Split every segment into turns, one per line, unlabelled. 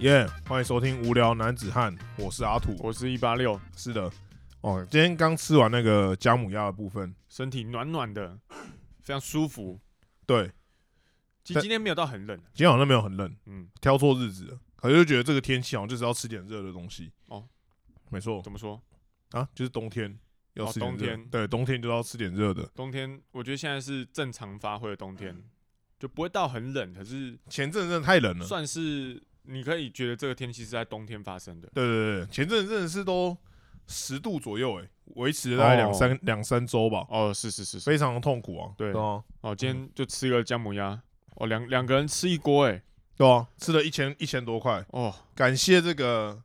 耶欢迎收听《无聊男子汉》，我是阿土。
我是一八六，
是的，哦，今天刚吃完那个姜母鸭的部分，
身体暖暖的，非常舒服。
对，
其实
但
今天没有到很冷，
今天好像没有很冷，
嗯，
挑错日子了，可是就觉得这个天气好像就是要吃点热的东西。
哦，
没错
怎么说？
啊，就是冬天要
哦
吃点
冬
热的、
天
对，冬天就要吃点热的。
冬天，我觉得现在是正常发挥的冬天，就不会到很冷，可是
前阵子真的太冷了，
算是你可以觉得这个天气是在冬天发生的。
对对对，前阵子真的是都十度左右、欸，哎，维持了大概两
哦
三两三周吧，
哦，是是是是。
非常的痛苦啊。
对
对啊，
哦，今天就吃个姜母鸭，哦，两两个人吃一锅，哎，
对啊，吃了一千一千多块，
哦，
感谢这 个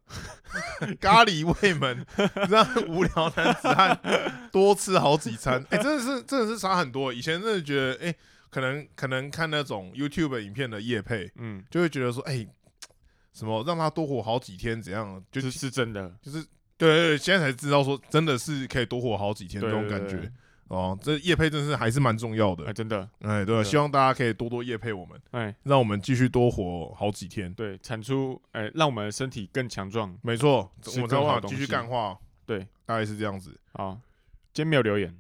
咖喱味们，让无聊男子汉多吃好几 餐。哎、真的是真的是差很多。以前真的觉得，哎、可能可能看那种 YouTube 影片的夜配，
嗯，
就会觉得说，哎、什么让他多活好几天，怎样，就
这
是
是真的，
就是对对对，现在才知道说，真的是可以多活好几天
对
这种感，
对对
觉。哦，这夜配真的是还是蛮重要
对哎，
的，
真的，
哎，对，
对
希望大家可以多多夜配我们，
哎，
让我们继续多活好几天。
对，产出，哎，让我们的身体更强壮。
没错，我
吃
们才
更
有
好
办法
东
继续
西
干话。
对，
大概是这样子。
好，今天没有留言，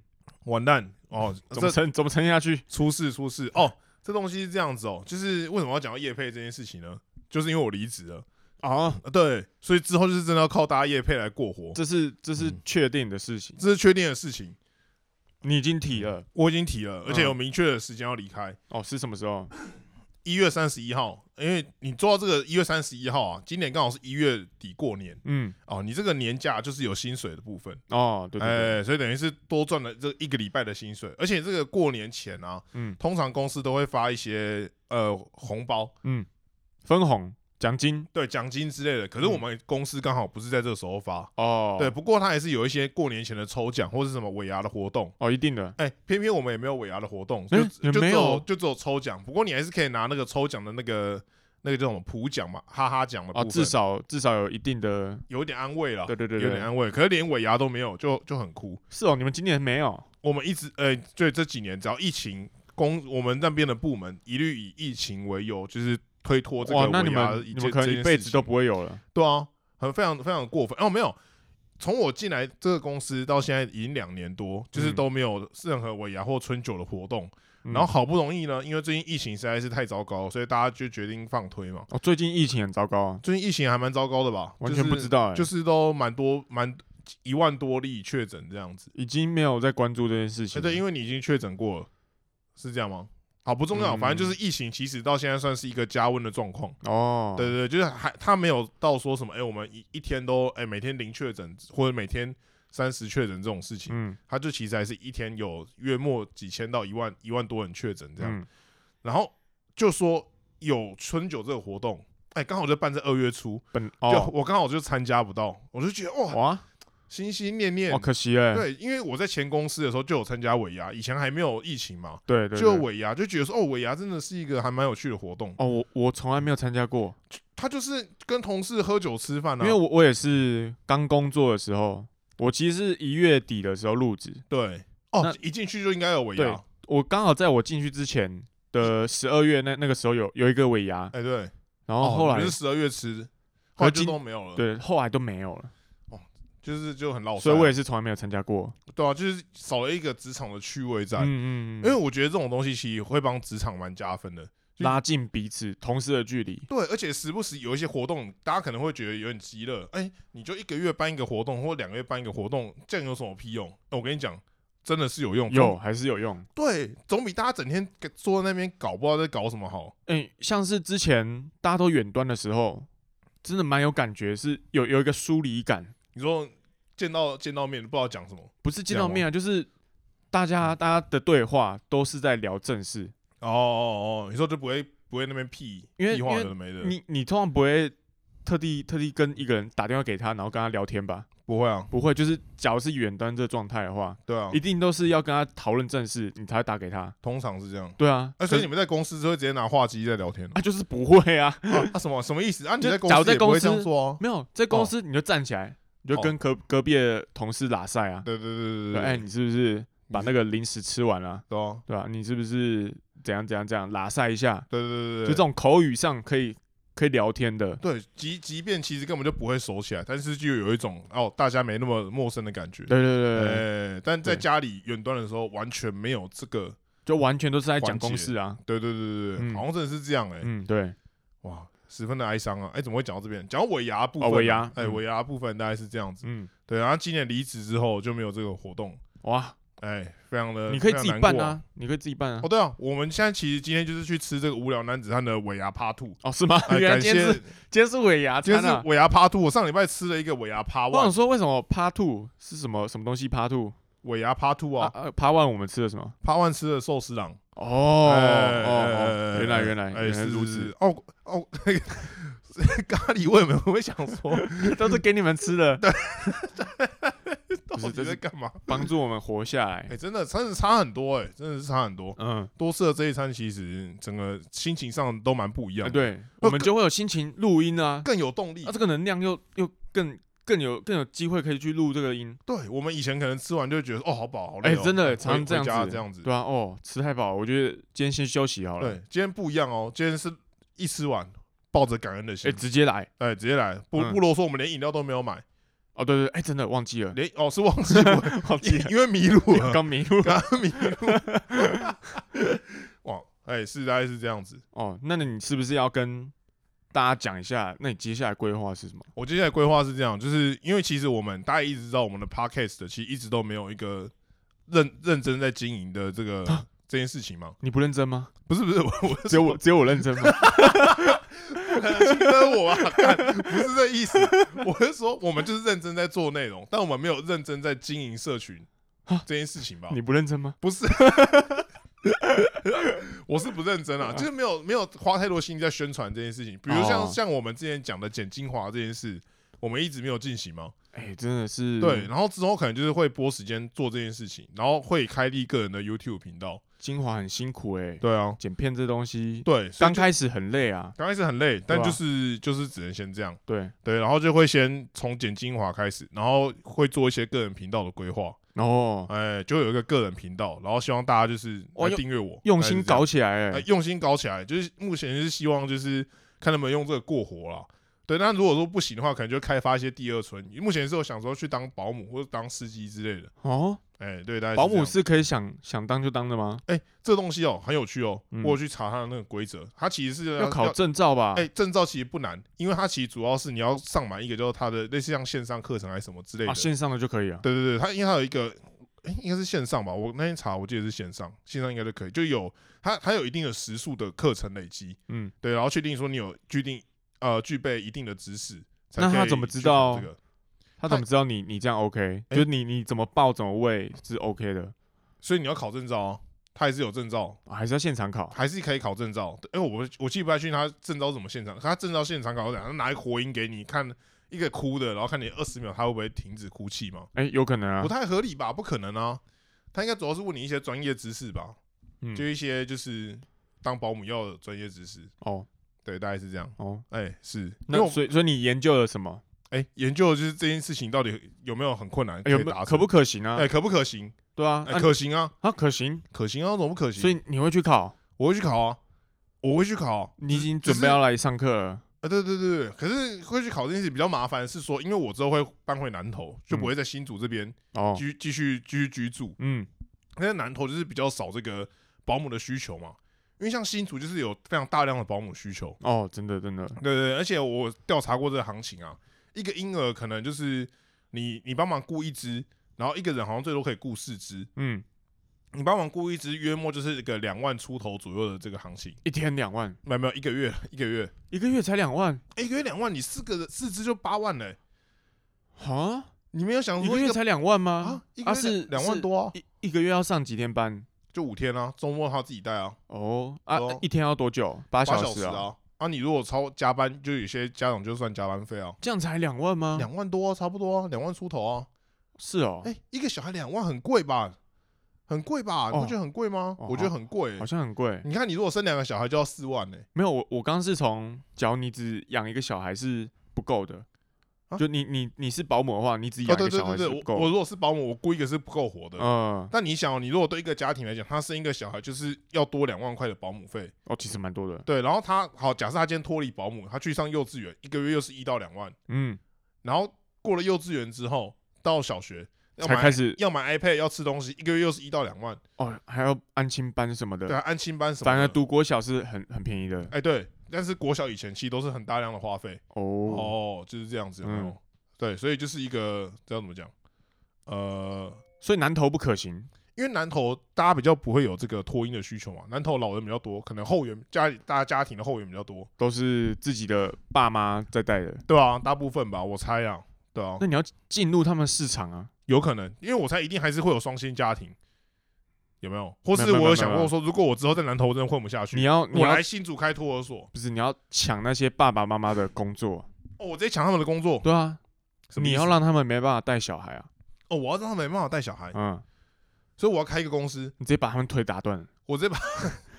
完蛋哦，
嗯怎么
这
撑？怎么撑下去？
出事出事哦，这东西是这样子哦，就是为什么要讲到叶配这件事情呢？就是因为我离职了、
哦，
呃对，所以之后就是真的要靠大家叶配来过活，这
这是这是
嗯
确定的事情，
这是确定的事情，
你已经提了
我已经提了，而且
嗯
有明确的时间要离开，
哦，是什么时候？
一、月三十一号，因为你做到这个一月三十一号啊，今年刚好是一月底过年
嗯，
哦，你这个年假就是有薪水的部分，
哦，对对对，
哎、所以等于是多赚了这一个礼拜的薪水，而且这个过年前啊，
嗯
通常公司都会发一些呃红包，
嗯，分红奖金
对奖金之类的。可是我们公司刚好不是在这个时候发，
哦，
对。不过它也是有一些过年前的抽奖或是什么尾牙的活动。
哦，一定的，
哎、偏偏我们也没有尾牙的活动，就、
哎
就
也
只
没有
就只有抽奖。不过你还是可以拿那个抽奖的那个那个叫什么普奖嘛，哈哈奖的部
哦，
分，
至少至少有一定的，
有一点安慰啦，
对对对
有点啊
对，
安慰。可是连尾牙都没有，就就很酷。
是哦，你们今年没有
我们一直呃，对这几年只要疫情公我们那边的部门一律以疫情为由，就是推脱这个
哇，那你
尾牙
们
一
你
件
们可
这
能
件
一辈
事
子
情
都不会有了，
对啊，很非常非常过分哦，没有。从我进来这个公司到现在已经两年多，就是
嗯
都没有任何尾牙或春酒的活动。
嗯
然后好不容易呢，因为最近疫情实在是太糟糕，所以大家就决定放推嘛。
哦，最近疫情很糟糕啊，
最近疫情还蛮糟糕的吧？
完全不知
道，
道哎，
就是都蛮多蛮一万多例确诊这样子。
已经没有在关注这件事
哎，
情，
对，因为
为
你已经确诊过了，是这样吗？好，不重要，
嗯
反正就是疫情其实到现在算是一个加温的状况。
哦，
对对，对就是还他没有到说什么，哎、我们一一天都哎、每天零确诊或者每天三十确诊这种事情，
嗯，
他就其实还是一天有约莫几千到一万一万多人确诊这样，
嗯
然后就说有春酒这个活动，哎、刚好就办在二月初，
本
就
哦，
我刚好就参加不到，我就觉得哇，
哇，
心心念念
哦，。可惜哎，
对，因为我在前公司的时候就有参加尾牙，以前还没有疫情嘛，
对对，
就
对
尾牙就觉得说，哦，尾牙真的是一个还蛮有趣的活动，
哦，我我从来没有参加过。
他就是跟同事喝酒吃饭啊，
因为我我也是刚工作的时候，我其实是一月底的时候入职，
对，
那
哦，一进去就应该有尾
对
牙，
我刚好在我进去之前
嗯
的十二月那那个时候有有一个尾牙，
哎，对，
然后后
你
来、
们是十二月吃，后来
可是
就
今
都没有了，，
对后来都没有了，
就是就很哦老塞，
所以我也是从来没有参加过。
对啊，就是少了一个职场的趣味在，
嗯
因
嗯，
为我觉得这种东西其实会帮职场蛮加分的，就
拉近彼此同事的距离。
对，而且时不时有一些活动，大家可能会觉得有点急了，哎，你就一个月办一个活动，或两个月办一个活动，这样有什么屁用？哎我跟你讲，真的是有用，
有还是有用？
对，总比大家整天给坐在那边搞不知道在搞什么好。
哎、像是之前大家都远端的时候，真的蛮有感觉，是有有一个疏离感，
你说见到见到面不知道讲什么
不是见
这样
到面啊，就是大家大家的对话都是在聊正事，
哦哦哦，你说就不会不会那边屁
因为
屁话
因为
有的没的，
你你通常不会特地特地跟一个人打电话给他，然后跟他聊天吧？
不会啊，
不会，就是假如是远端这状态的话，
对啊
一，定都是要跟他讨论正事，你才会打给他。
通常是这样。
对啊，
哎，所以你
可是
们在公司是会直接拿话机在聊天哦
啊，就是不会啊，
啊？啊什么什么意思啊？你
就
在公
假如
司
在
也不会
公
这样
司
做啊？
没有在公司你就站起来，你就跟隔隔壁的同事拉塞啊，
对对对对
哦对
对，
哎，你是不是把那个零食吃完了、
对啊，
对吧、你是不是怎样怎样怎样拉塞一下？
对对对对，
就这种口语上可以可以聊天的，
对，即即便其实根本就不会熟起来，但是就有一种哦，大家没那么陌生的感觉。
对对对对对，
哎，但在
对
家里远端的时候，完全没有这个。
就完全都是在讲
缓解
公事啊，
对对对对对，
嗯
好像真的是这样哎、
嗯，对，
哇，十分的哀伤啊！哎、怎么会讲到这边？讲到尾牙部
哦
分、
尾牙
哎、
嗯
尾牙部分大概是这样子。
嗯，
对，然后今年离职之后就没有这个活动，
哇，
哎、非常的
你可以自己办。
非常难过
啊，你可以自己办啊
哦，，对啊，我们现在其实今天就是去吃这个无聊男子汉的尾牙趴兔。
哦，是吗？
哎，
原来
感
今
谢，
天是今天是尾牙
今天
餐啊
是。尾牙趴兔。我上礼拜吃了一个尾牙趴
我
万
想，说，为什么趴兔是什么什么东西？趴兔
尾牙趴兔
啊
啊，，
呃趴万我们吃了什么？
趴万吃的寿司郎。
哦
哎
哦
哎
哦
哎，
原来原来
哎
原来
是是
如此，
是哦哦，那个 咖喱味，我们会想 说，
都是给你们吃的，
到
是
底
这是
在干嘛？
帮助我们活下来
哎、。真的，真的差很多、哎，真的是差很多。
嗯，
多吃了这一餐，其实整个心情上都蛮不一样
啊
的，
对，
那
我们就会有心情录音啊，
更有动力。
啊，这个能量又又更更有更有机会可以去录这个音，
对我们以前可能吃完就会觉得，哦，好饱，好累、
哎，
哦，
真的
回
常常这样
回家
子，
这样子。
对啊，啊哦，吃太饱，我觉得今天先休息好了，哎
对，今天不一样哦，今天是一吃完抱着感恩的
哎，
心，
直接来，
哎、直接来，不
嗯
不啰嗦，我们连饮料都没有买，
哦，对对，哎，真的忘记了，
连哦是忘记我，
忘记了，
因为迷路了，
刚迷 路了。
刚刚迷路。 哇，哎、是大概是这样子。
哦，那你是不是要跟大家讲一下？那你接下来规划是什么？
我接下来规划是这样，就是因为其实我们大家一直知道我们的 podcast 的其实一直都没有一个认认真在经营的这个
啊
这件事情嘛。
你不认真吗？
不是不是，我 我
只有我只有我认真吗？
轻跟我啊， 干不是这意思。我是说，我们就是认真在做内容，但我们没有认真在经营社群这件事情吧？
啊你不认真吗？
不是，我是不认真啊，就是没有没有花太多心力在宣传这件事情。比如像、
哦
像我们之前讲的剪精华这件事，我们一直没有进行嘛。
哎、真的是
对，然后之后可能就是会拨时间做这件事情，然后会开立个人的 YouTube 频道。
精华很辛苦哎、
对啊，
剪片这东西
对，所以
刚
就
开始很累啊，
刚开始很累，但
对啊
就是就是只能先这样。
对，
对，然后就会先从剪精华开始，然后会做一些个人频道的规划，
然后
哎，就有一个个人频道，然后希望大家就是来
哇哦用
订阅我，
用
大概
心
是这样
搞起来哎、
呃，用心搞起来，就是目前是希望就是看能不能用这个过活啦。对，那如果说不行的话，可能就开发一些第二春。目前是有想说去当保姆或者当司机之类的。
哦，
哎、对，大概
保姆
是
是可以想想当就当的吗？
这样哎、这个东西哦、很有趣哦、
嗯
我有去查它的那个规则，它其实是
要考证啊照吧？
啊哎、证照其实不难，因为它其实主要是你要上满一个，就是它的类似像线上课程还是什么之类的。
啊，线上的就可以啊。
对对对，它因为它有一个，哎、应该是线上吧？我那天查，我记得是线上，线上应该就可以，就有它它有一定的时数的课程累积，
嗯，
对，然后确定说你有具定呃具备一定的知识，才
那他
可以
怎么知
去考
道
这个？
他怎么知道你你这样 OK？、
哎
就是你你怎么报怎么喂是 OK 的，
所以你要考证照啊，他还是有证照，
啊还是要现场考？
还是可以考证照。哎、我我记不太清他证照怎么现场，他证照现场考怎样？他拿一个火影给你看，一个哭的，然后看你二十秒他会不会停止哭泣嘛？
哎、有可能啊
不。太合理吧？不可能啊！他应该主要是问你一些专业知识吧，
嗯
就一些就是当保姆要的专业知识。
哦
对，大概是这样。
哦，
哎、是，因为
那
我
所以所以你研究了什么？
哎、研究的就是这件事情到底有没有很困难，
哎有
可以
没
达
有
成
可不可行啊
哎、？可不可行？
对啊，
哎、
啊
可行啊，
啊可行，
可行啊，怎么不可行？
所以你会去考？
我会去考啊，我会去考啊、
你已经
只
准
是
备要来上课了？
啊，对对对对，可是会去考这件事比较麻烦，是说因为我之后会搬回南投，就不会在新竹这边
嗯哦，
继继续继续居住。
嗯，
因为南投就是比较少这个保姆的需求嘛，因为像新竹就是有非常大量的保姆需求。
哦，真的真的，
对对对，而且我调查过这个行情啊，一个婴儿可能就是你你帮忙雇一只，然后一个人好像最多可以雇四只，
嗯，
你帮忙雇一只，约莫就是一个两万出头左右的这个行情。
一天两万，
没有没有，一个月一个月，
一个月才两万
哎一个月两万，你四个人四只就八万嘞、
啊？
你没有想
一
说
个月才两万吗
哦啊？，一个
啊
月
是
两两万，多啊，
是一一个月要上几天班？
就五天啊，周末他自己带啊，
哦啊
对啊，
一天要多久？八
八
小
时
啊？
啊。啊，你如果超加班，就有些家长就算加班费啊，
这样才两万吗？
两万多啊，差不多啊，两万出头啊。
是哦，
哎、一个小孩两万很贵吧？很贵吧？你
哦
不觉得很贵吗？
哦
我觉得很贵欸、
好像很贵。
你看，你如果生两个小孩就要四万呢、
没有，我我刚刚是从，假如你只养一个小孩是不够的，
啊
就你你你是保姆的话，你只
哦，
养一
对
个
对
小孩
对
是
对，
不
我我
够。
如果是保姆，我估一个是不够活的。
嗯，
但你想哦，你如果对一个家庭来讲，他生一个小孩就是要多两万块的保姆费，
哦，其实蛮多的。
对，然后他好，假设他今天脱离保姆，他去上幼稚园，一个月又是一到两万，
嗯，
然后过了幼稚园之后到小学，要
才
买
开始
要买 iPad 要吃东西，一个月又是一到两万，
哦，还要安亲班什么
对啊，
的。
安亲班什么的，
反而读国小是很很便宜的
哎、对，但是国小以前其实都是很大量的花费，
哦。
哦，就是这样子，有没有
嗯
对，所以就是一个这要怎么讲，呃。
所以南投不可行。
因为南投大家比较不会有这个托婴的需求嘛，南投老人比较多，可能后援家里大家家庭的后援比较多，
都是自己的爸妈在带的，
对啊，大部分吧，我猜啊，对啊，
那你要进入他们市场啊，
有可能，因为我猜一定还是会有双薪家庭，有没有？或
没
是
有没有
我有
没
想
有
过说，如果我之后在南投真的混不下去，
你要你
我
要
来新竹开托儿所，
不是你要抢那些爸爸妈妈的工作，
哦，我直接抢他们的工作，
对啊，
什么意
你
思
要让他们没办法带小孩啊，
哦，我要让他们没办法带小孩，
嗯，
所以我要开一个公司，
你直接把他们腿打断，
我直接把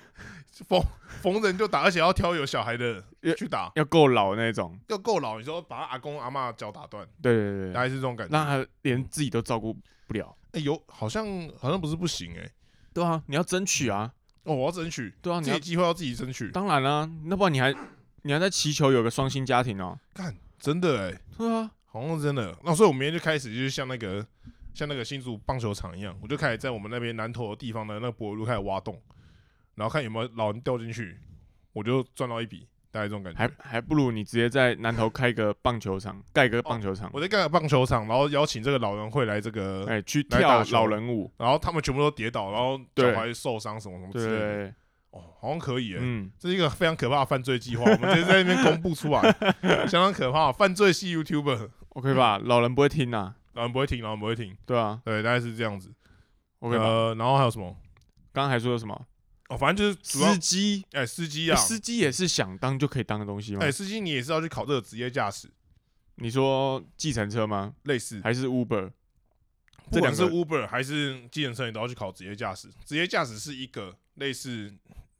逢逢人就打，而且要挑有小孩的
也
去打，
要够老那种，
要够老，你说把他阿公阿妈脚打断，
对对对
大
对，
概是这种感觉。
让他连自己都照顾不了，
哎，有好像好像不是不行哎、
对啊，你要争取啊，
哦，我要争取
对啊，
自己
你要
机会要自己争取，
当然啦、那不然你还你还在祈求有个双薪家庭哦，
干真的哎、
对啊，
好像是真的。那所以我明天就开始，就是像那个像那个新竹棒球场一样，我就开始在我们那边南投的地方的那个柏油路开始挖洞，然后看有没有老人掉进去，我就赚到一笔，大概这种感
还
觉。
还不如你直接在南头开个棒球场，盖个棒球场，
哦我在盖个棒球场，然后邀请这个老人会来这个，
哎、去
来打
跳
球
老人舞，
然后他们全部都跌倒，然后脚
对
踝受伤什么什么
对
之
对
类的。
对，
哦，好像可以耶、
嗯。
这是一个非常可怕的犯罪计划，我们直接在那边公布出 来，相当可怕。犯罪系 YouTuber，
OK 吧，老人不会听呐、啊
老人不会停，老人不会停，
对啊
对，大概是这样子。
，OK 吧。
呃，然后还有什么？
刚、刚还说了什么？
哦，反正就是主要
司机、
哎、司机啊，
司机也是想当就可以当的东西吗？
哎、司机你也是要去考这个职业驾驶，
你说计程车吗？
类似，
还是 Uber？
不
哎这
管
两
是
个
Uber 还是计程车，你都要去考职业驾驶。职业驾驶是一个类似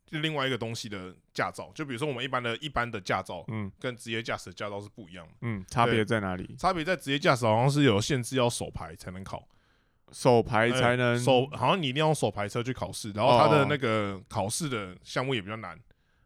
就另外一个东西的驾照，就比如说我们一般的一般的驾照
嗯
跟职业驾驶的驾照是不一样的，
嗯，差
对
别在哪里？
差别在职业驾驶好像是有限制，要手牌才能考，
手牌
哎
才能、
手好像你一定要用手牌车去考试，然后它的
哦
那个考试的项目也比较难，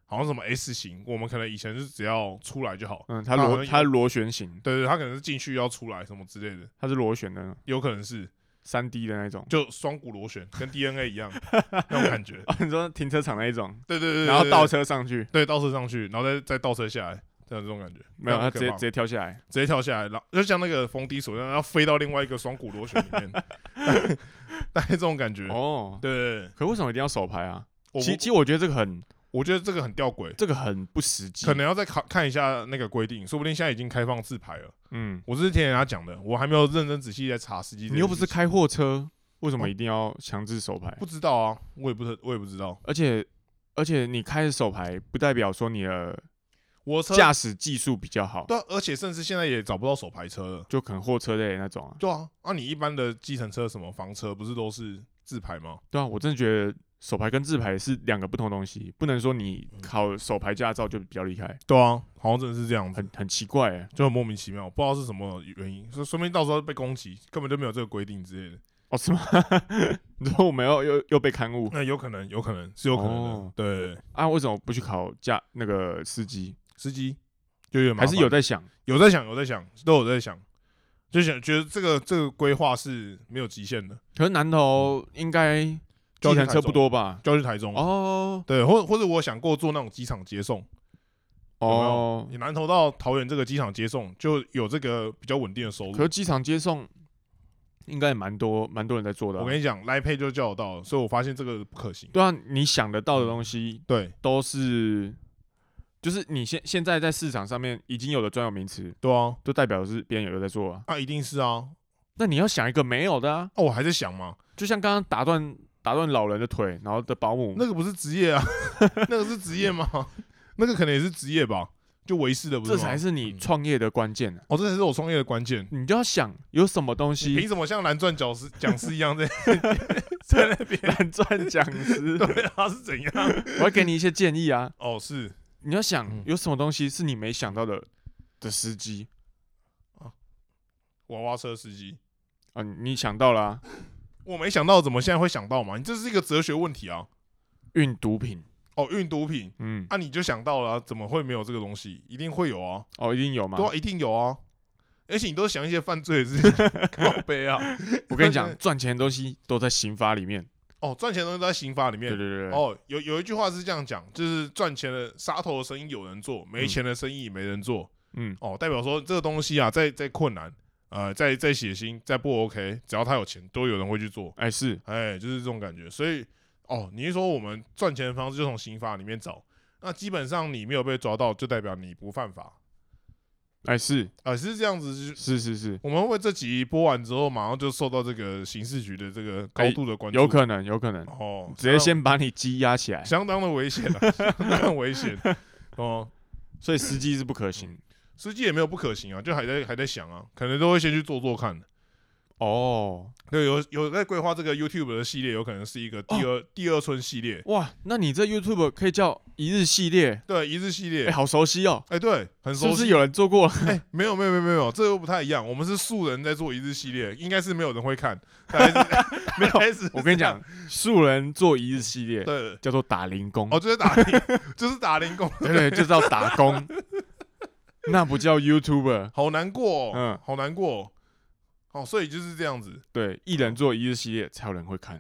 好像什么 S 型，我们可能以前是只要出来就好。
嗯，它
啊好
螺
像
它螺旋形，
对对，他可能是进去要出来什么之类的，
它是螺旋的，
有可能是
三 D 的那种。
就双股螺旋，跟 DNA 一样那种感觉。
啊，你说停车场那一种，
对对对对
然后倒
车，
车上去，
对倒车上去，然后再再倒车下来，这样这种感觉。
没有，
非常
它
可
直接
怕
直接跳下来，
直接跳下来，然后就像那个冯迪所一样，要飞到另外一个双股螺旋里 面，大概这种感觉。
哦。
对对对，
可为什么一定要手牌啊？
我
其其实我觉得这个很
我觉得这个很吊诡，
这个很不实际，
可能要再看看一下那个规定，说不定现在已经开放自排了。
嗯，
我是听人家讲的，我还没有认真仔细在查司机。
你又不是，开货车，为什么一定要强制手牌？
哦不知道啊，我也不是，我也不知道。
而且而且你开的手牌不代表说你的
我的车
驾驶技术比较好，
对啊、而且甚至现在也找不到手牌车了。
就可能货车类的那种啊。
对啊，啊，你一般的计程车什么房车不是都是自排吗？
对啊，我真的觉得手牌跟自牌是两个不同的东西，不能说你
嗯
考手牌驾照就比较厉害，
对啊，好像真的是这样子，
很很奇怪、欸。
就很莫名其妙，不知道是什么原因，说说明到时候被攻击，根本就没有这个规定之类的。
哦，是吗？ 你说我们要又又被刊物
那、有可能，有可能是有可能的。
哦
对，
啊？为什么不去考驾那个司机？
司机就有点麻
还
烦
是有在想，
有在想，有在想，都有在想，就想觉得这个这个规划是没有极限的，
可是南投
嗯
应该计程车不多吧？
就要去台中。
哦
对，或或者我想过做那种机场接送，
哦，
你南投到桃园这个机场接送就有这个比较稳定的收入
可。是机场接送应该也蛮多蛮多人在做的啊、
我跟你讲，来配就叫得到了，所以我发现这个不可行。
对啊，你想得到的东西
对
都是，就是你现现在在市场上面已经有的专有名词，
对啊，
就代表是别人有在做啊。
那、一定是啊。
那你要想一个没有的啊，
哦，我还在想嘛，
就像刚刚打断打断老人的腿，然后的保姆，
那个不是职业啊， 那个是职业吗？那个可能也是职业吧，就维士的不是
这
吗？
才是你
嗯
创业的关键啊、
哦，这才是我创业的关键。
你就要想有什么东
你凭
西
什么像蓝钻 讲师讲师一样在
难赚讲师，
对啊是怎样？
我会给你一些建议啊。
哦，是
你要
嗯
想有什么东西是你没想到的的时机
啊，娃娃车司机。
啊，你你想到啦、
我没想到，怎么现在会想到嘛？你这是一个哲学问题啊！
运毒品，
哦，运毒品，
嗯，
啊，你就想到了啊、怎么会没有这个东西？一定会有啊，
哦，一定有嘛
对。啊，一定有啊！而且你都想一些犯罪的事情， 靠背啊！
我跟你讲，赚钱的东西都在刑法里面。
哦，赚钱的东西都在刑法里面
对对。对对，
哦，有有一句话是这样讲，就是赚钱的杀头的生意有人做，没钱的生意没人做。
嗯，
哦，代表说这个东西啊，再再困难，呃，再再血腥，再不 OK，只要他有钱，都有人会去做。
哎、是，
哎，就是这种感觉。所以，哦，你是说我们赚钱的方式就从刑法里面找？那基本上你没有被抓到，就代表你不犯法，
哎、是，
啊、是这样子。就是
是是是，
我们会这集播完之后，马上就受到这个刑事局的这个高度的关注，
哎有可能，有可能，
哦，
直接先把你羁押起来。
相当相当的危险、 啊，相当的危险哦。
所以司机是不可行。
嗯司机也没有不可行啊，就还在还在想啊，可能都会先去做做看。
哦，
对，有有在规划这个 YouTube 的系列，有可能是一个第二、
哦
第二春系列，
哇，那你这 YouTube 可以叫一日系列，
对，一日系列。
哎、
哎、
好熟悉哦，
对，很熟悉。
是不是有人 做过？
哎、没有没有没有没有，这又不太一样。我们是素人在做一日系列，应该是没有人会看。大概 是
没有
大概是
我跟你
这样
讲，素人做一日系列
对，
叫做打零工，
哦，就是打零， 就是打零工，
对 对，就叫打工，那不叫 YouTuber。
好难过、哦，
嗯
好难过哦、哦。所以就是这样子，
对，一人做一日系列才有人会看，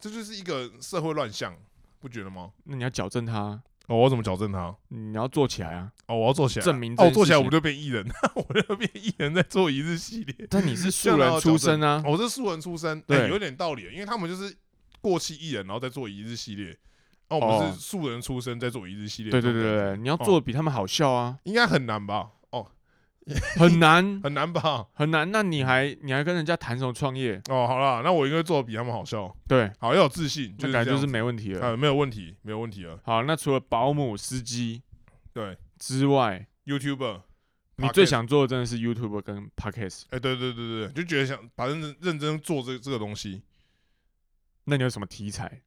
这就是一个社会乱象，不觉得吗？
那你要矫正他，啊
哦，我要怎么矫正他？
你要做起来啊，
哦，我要做起来，
证明这
哦，
件
做起来
事
我
情
就变艺人， 我就变艺人在做一日系列。
但你是
这
素
样才有
人出
矫正
身 啊，
我、是素人出身，
对
哎有点道理，因为他们就是过气艺人，然后再做一日系列。哦，我们
哦
是素人出身，再做一日系列。
对对对
这种感觉
对，你要做的比他们好笑啊，
应该很难吧？哦，
很难
很难吧？
很难。那你还你还跟人家谈什么创业？
哦，好啦，那我应该做的比他们好笑。
对，
好，要有自信，就
那
是这
感觉就
样
是
子。
没问题了。
啊，没有问题，没有问题了。啊
好，那除了保姆、司机
对
之外，
，YouTuber，
你最
Podcast
想做的真的是 YouTube 跟 Podcast。
哎、对对对对对，就觉得想把认真认真做这这个东西。
那你有什么题材？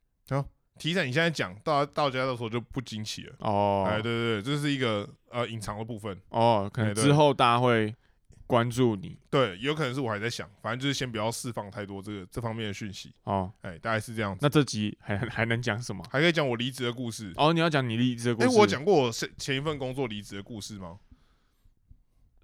提醒你现在讲，大家大家到时候就不惊奇了。
哦，
哎、对对对，这是一个呃隐藏的部分。
哦，可能
哎对
之后大家会关注你
对，有可能是我还在想，反正就是先不要释放太多这个这方面的讯息。
哦。
哎、大概是这样子。
那这集还还能讲什么？
还可以讲我离职的故事。
哦，你要讲你离职的故
哎、
事？
我有讲过我前前一份工作离职的故事吗？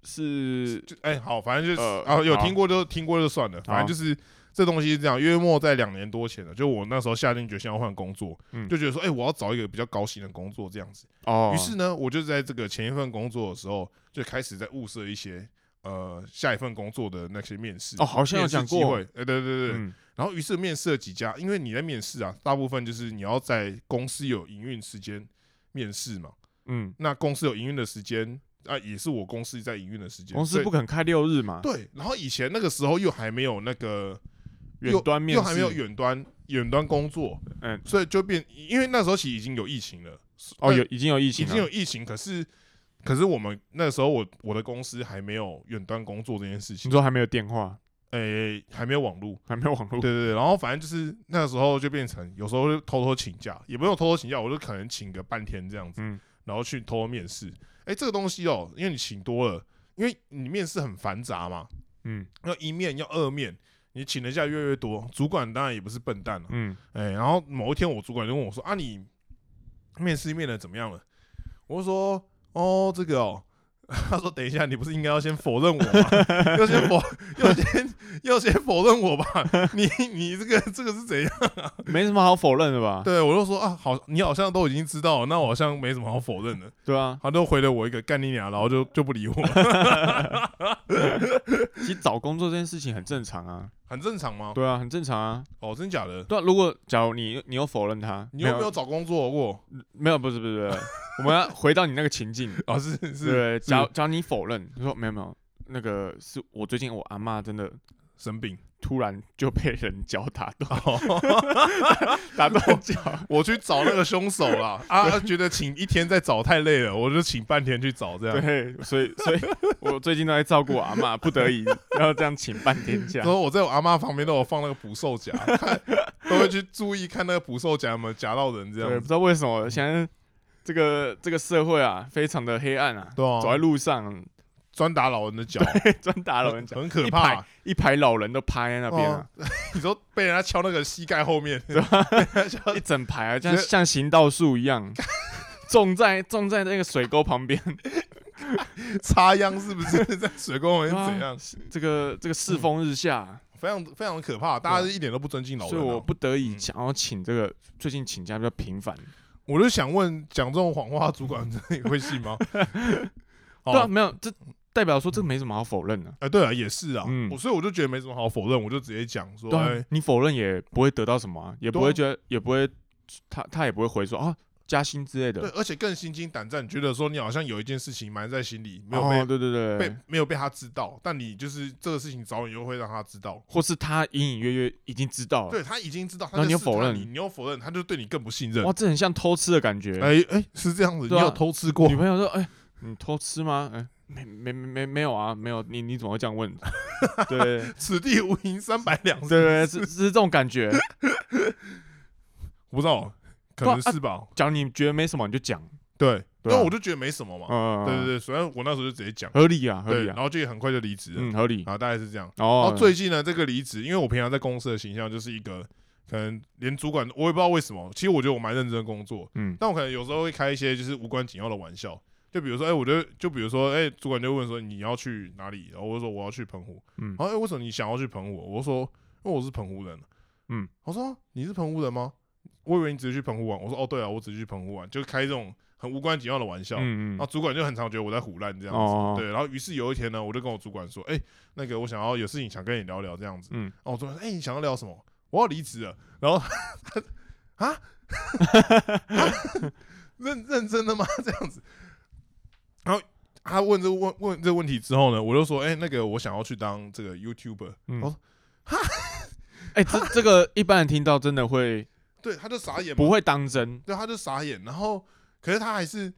是
就哎、好，反正就是、
呃
啊，有
好
听过就听过就算了，反正就是这东西是这样。约莫在两年多前了，就我那时候下定决心要换工作，
嗯
就觉得说，哎、我要找一个比较高薪的工作这样子。
哦，
于是呢，我就在这个前一份工作的时候，就开始在物色一些呃下一份工作的那些面试
哦，。好像有
面试
讲
机
过
会，，哎、对对对对，
嗯，
然后于是面试了几家，因为你在面试啊，大部分就是你要在公司有营运时间面试嘛，
嗯，
那公司有营运的时间啊，也是我公司在营运的时间。
公司
所以
不肯开六日嘛，
对，然后以前那个时候又还没有那个
远端面
又还没有
试，
远端远端工作，
嗯，
所以就变，因为那时候其实已经有疫情了，
哦，
但
有已经有疫
已
情
经有
了，
疫情，可是可是我们那时候我我的公司还没有远端工作这件事
你
情，
说还没有电话，
诶、还没有网络。
还没有网络
对，对对，然后反正就是那时候就变成有时候就偷偷请假，也不用偷偷请假，我就可能请个半天这样子，
嗯
然后去偷偷面试。哎，这个东西哦，因为你请多了，因为你面试很繁杂嘛，
嗯
要一面要二面，你请的假越来越多，主管当然也不是笨蛋了、
嗯，
哎，然后某一天我主管就问我说：“啊，你面试面的怎么样了？”我就说：“哦，这个哦。” 他说：“等一下，你不是应该要先否认我吗？ 要先否，要先要先否认我吧？ 你你这个这个是怎样？”
没什么好否认的吧？
对我就说：“啊，好，你好像都已经知道了，那我好像没什么好否认的。”
对啊，
他就回了我一个干你娘，然后就就不理我，
其实找工作这件事情很正常啊，
很正常吗？
对啊，很正常啊。
哦，真假的？
对啊，如果假如你你有否认他，
你有没有找工作过？
没有，不是不是，不是我们要回到你那个情境，
啊，是是
对，假如假如你否认，你说没有没有，那个是我最近我阿嬷真的
生病。
突然就被人脚打断，
哦
打断脚，
我去找那个凶手 啦，啊，觉得请一天再找太累了，我就请半天去找这样。
对，啊所以所以我最近都在照顾我阿嬷，不得已要这样请半天假
然。后我在我阿妈旁边都有放那个捕 兽夹，看都会去注意看那个捕兽夹有没有夹到人这
对，
样
不
子。
知道为什么现在这个这个社会啊，非常的黑暗啊，
对啊
走在路上
专打老人的脚，
专打老人脚，
很可
一
怕、哦
排一排老人都趴在那边啊，
你说被人家敲那个膝盖后面，哦
一整排啊，像
直接
像行道树一样，种在种在那个水沟旁边。
插秧是不是在水沟里面怎 样？
这个这个世风日下，
非常非常可怕，大家一点都不尊敬老
所
人
以
啊、
我
我
不得已
嗯
想要请这个最近请假比较频繁。
我就想问，讲这种谎话，主管真的会信 吗？哦
对啊，没有，这代表说这没什么好否认的。
哎，对啊，也是啊，
嗯
我所以我就觉得没什么好否认，我就直接讲说，
对
哎、
啊，你否认也不会得到什么啊，也不
对
会
啊
觉得，也不会他他也不会回说啊加薪之类的
对，。而且更心惊胆战，觉得说你好像有一件事情埋在心里，没有被、
哦，对对对，
被没有被他知道，但你就是这个事情早晚又会让他知道。
或是他隐隐约约已经知道了。
对他已经知道，他
然后
在
你又
试探
否认
你，你又否认，他就对你更不信任
哇，。这很像偷吃的感觉。
哎哎，是这样子，你
对啊
有偷吃过
女？朋友说：“哎、你偷吃吗？”哎、没没没没没有啊，没有。你你怎么会这样问？对对
此地无银三百两。
对对，是是这种感觉。
我不知道，可
对啊
能是吧。
假如你觉得没什么，你就讲。
对，因
对啊
为我就觉得没什么嘛。
嗯，
对对对，所以我那时候就直接讲，
合理啊，合
对，
理
然
啊，
后就很快就离职了。
嗯，合理。
啊，大概是这样。然
哦
后，最近呢，这个离职，因为我平常在公司的形象就是一个可能连主管我也不知道为什么，其实我觉得我蛮认真工作，
嗯，
但我可能有时候会开一些就是无关紧要的玩笑，就比如说，哎、我就就比如说，哎、主管就问说你要去哪里，然后我就说我要去澎湖，
嗯
然后哎、为什么你想要去澎湖？我就说因为我是澎湖人，啊
嗯，
我说啊你是澎湖人吗？我以为你只是去澎湖玩，我说哦对啊，我只是去澎湖玩，就开这种很无关紧要的玩笑，
嗯
然后
嗯，
主管就很常觉得我在胡乱这样子，
哦
对。然后于是有一天呢，我就跟我主管说：“哎、那个我想要有事情想跟你聊聊这样子。”
嗯
然后我主管说：“哎、你想要聊什么？我要离职了。”然后他啊， 认认真的吗？这样子。然后他问这个问问这个问题之后呢，我就说：“哎、那个我想要去当这个 YouTuber。
嗯。哎，这这个一般人听到真的会”
对，他就傻眼嘛，
不会当真？
对，他就傻眼。然后，可是他还是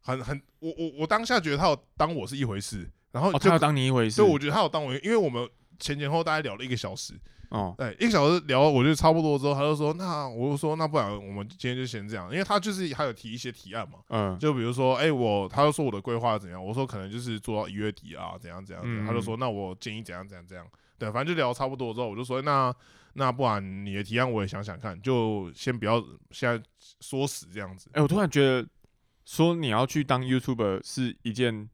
很很，我我我当下觉得他有当我是一回事，然后
哦，
就
他要当你一回事
所以。我觉得他有当我，因为我们前前后后大概聊了一个小时，
哦，
哎，一个小时聊，我觉得差不多之后，他就说，那我就说，那不然我们今天就先这样，因为他就是还有提一些提案嘛，
嗯，
就比如说，哎、我他就说我的规划怎样，我说可能就是做到一月底啊，怎样怎样怎样，
嗯
他就说那我建议怎样怎样怎样，对，反正就聊差不多之后，我就说那那不然你的提案我也想想看，就先不要现在说死这样子，
哎，我突然觉得说你要去当 YouTuber 是一件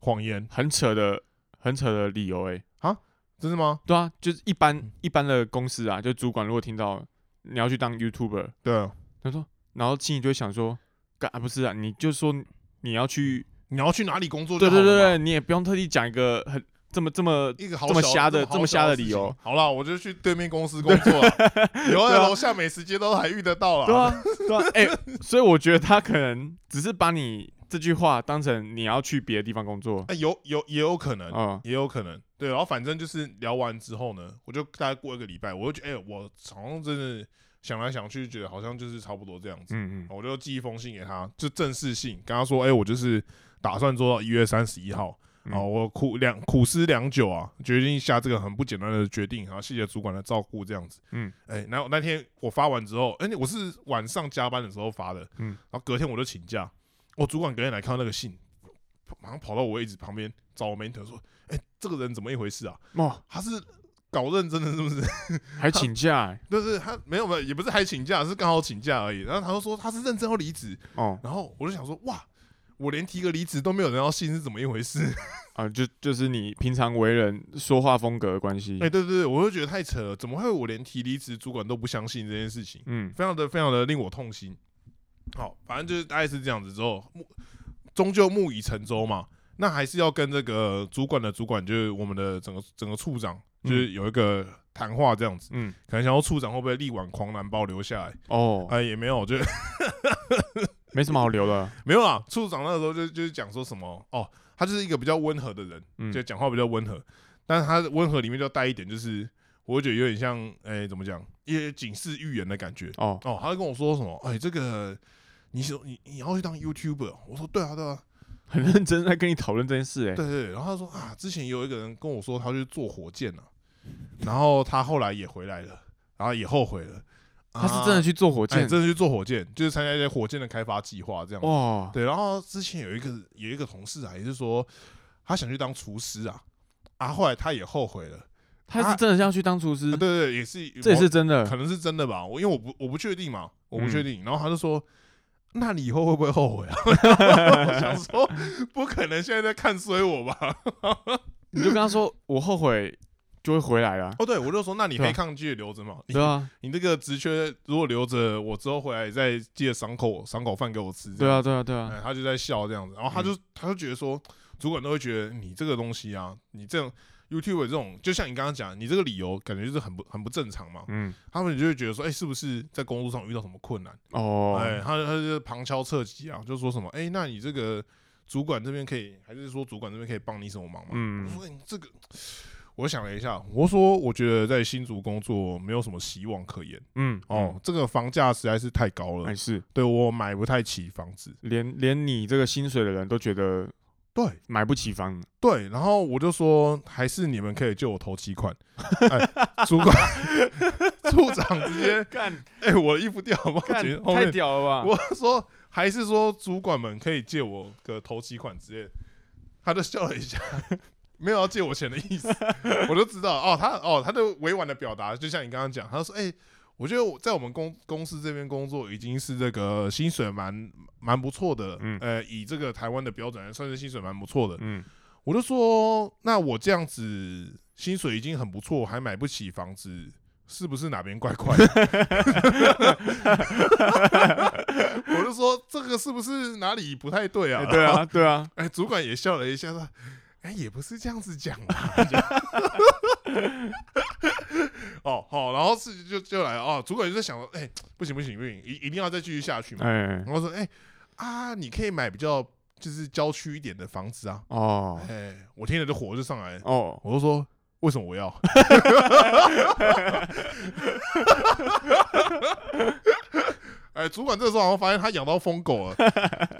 谎言
很扯的、很扯的理由，哎。
真的吗？
对啊，就是一般、
嗯
一般的公司啊，就主管如果听到你要去当 YouTuber，
对啊，
他说，然后心里就会想说，干、啊、不是啊，你就说你要去，
你要去哪里工作就
对
好
对
了嘛？
对对，你也不用特地讲一个很这么这么，
一个好
这么
小
瞎的
好
这么瞎
小
的
事
理
情
由。
好啦，我就去对面公司 工作了，以后在
对啊
楼下美食街都还遇得到
对
啦。
啊对啊，哎、所以我觉得他可能只是把你这句话当成你要去别的地方工作，
哎，有有也有可能，
嗯，
也有可能。对，然后反正就是聊完之后呢，我就大概过一个礼拜，我就觉得，哎，我好像真的想来想去，觉得好像就是差不多这样子。
嗯嗯，
我就寄一封信给他，就正式信，跟他说，哎，我就是打算做到一月三十一号。
嗯
哦，我苦两苦思良久啊，决定下这个很不简单的决定，然后谢谢主管的照顾，这样子。
嗯，
哎、然后那天我发完之后，哎、我是晚上加班的时候发的，
嗯
然后隔天我就请假，我主管隔天来看到那个信，马上跑到我位置旁边找我 mentor 说，哎、这个人怎么一回事啊？
哦，
他是搞认真的是不 是？
还请假、欸，
就是他没有没有，也不是还请假，是刚好请假而已。然后他就说他是认真要离职，
哦，
然后我就想说，哇，我连提个离职都没有人要信，是怎么一回事？
啊、就就是你平常为人说话风格的关系，
哎、对对对，我就觉得太扯了，怎么会我连提离职主管都不相信这件事情？
嗯
非常的非常的令我痛心。好，反正就是大概是这样子之后，木终究木已成舟嘛，那还是要跟这个主管的主管，就是我们的整个整个处长，
嗯
就是有一个谈话这样子，
嗯，
可能想要处长会不会力挽狂澜把我留下来？
哦，
哎、也没有，就
没什么好留的，
没有啦。处长那时候就就是讲说什么哦，他就是一个比较温和的人，
嗯
就讲话比较温和，但是他的温和里面就带一点，就是我会觉得有点像，哎、怎么讲，一些警示预言的感觉。
哦，
哦，他就跟我说什么，哎、这个你是你你要去当 YouTuber？哦我说对啊对啊，
很认真在跟你讨论这件事、欸，哎，
对对对。然后他说啊，之前有一个人跟我说他去做火箭了、然后他后来也回来了，然后也后悔了。
他是真的
去
去做火
火
箭，哦
真的去做火箭，就是参加一些火箭的开发计划这样子。
哇，
啊对，然后之前有一个有一个同事啊，也是说他想去当厨师啊，啊，后来他也后悔了，
他是真的要去当厨师，
啊、对对，也是，
这也是真的
我可能是真的吧，我因为我不我不确定嘛，我不确定。然后他就说。那你以后会不会后 悔啊？我想说，不可能，现在在看衰我吧？
你就跟他说我后悔就会回来了，
哦，对，我就说，那你
对啊
黑抗拒留着嘛，你
对啊，
你这个职缺如果留着，我之后回来再借赏口赏口饭给我吃。
对啊，，对啊，对
哎
啊，
他就在笑这样子，然后他就、他就觉得说，主管都会觉得你这个东西啊，你这样 YouTube 这种，就像你刚刚讲，你这个理由感觉就是很不很不正常嘛。
嗯，
他们就会觉得说，哎、是不是在工作上遇到什么困难？
哦，
哎、他他就旁敲侧击啊，就说什么，哎、那你这个主管这边可以，还是说主管这边可以帮你什么忙吗？我
嗯，
说、哎这个，我想了一下，我说我觉得在新竹工作没有什么希望可言。
嗯，
哦，这个房价实在是太高
嗯，
了，
还是
对我买不太起房子。
连连你这个薪水的人都觉得
对
买不起房，
对，然后我就说，还是你们可以借我投期款。 哎，主 管、处长直接，
干
哎、我的衣服掉好不好？直接后
太
面
屌了吧！
我说，还是说主管们可以借我个投期款之类的。他就笑了一下， 没有要借我钱的意思， 我就知道哦，他哦，他就委婉的表达，就像你刚刚讲，他说，哎、我觉得我在我们公公司这边工作已经是这个薪水蛮蛮不错的，
嗯
呃，以这个台湾的标准来算是薪水蛮不错的。
嗯，
我就说，那我这样子薪水已经很不错，还买不起房子，是不是哪边怪怪的？ 我就说这个是不是哪里不太对啊？
哎对啊，对 啊，
哎，主管也笑了一下，说：“哎，也不是这样子讲啊。” 哦，好，然后是就就来了哦，主管就在想说：“哎，不行不行不行，一一定要再继续下去嘛。
哎，
然后说：“哎啊，你可以买比较就是郊区一点的房子啊。”
哦，
哎，我听了就火就上来，
哦，
我就说：“为什么我要？” 哎，主管这时候好像发现他养到疯狗了，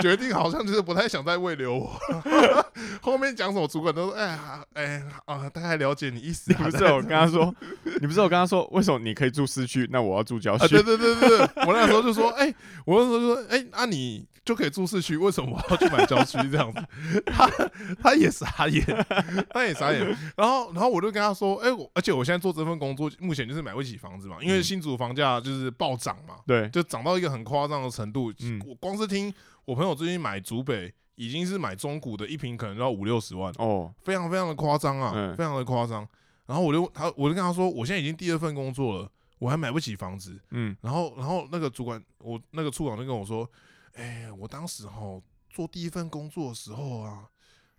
决定好像就是不太想再喂留我。 后面讲什么，主管都说：“哎呀，哎啊，大概了解你意思、啊。”
不是我跟他说， 你不是我跟他说，为什么你可以住市区，那我要住郊
啊，对
区？
对对对 对，我那时候就说，哎、我那时候就说，哎、那、你就可以住市区，为什么我要去买郊区这样子？ 他他也傻眼，他也傻眼。然后然后我就跟他说，哎、我而且我现在做这份工作，目前就是买不起房子嘛，因为
嗯
新竹房价就是暴涨嘛，
对，
就涨到一个很夸张的程度。
嗯
我光是听我朋友最近买竹北，已经是买中古的一平可能要五六十万，
哦，
非常非常的夸张啊，
嗯
非常的夸张。然后我就他我就跟他说，我现在已经第二份工作了，我还买不起房子。
嗯，
然后，然后那个主管，我那个处长就跟我说：“哎、我当时哈做第一份工作的时候啊，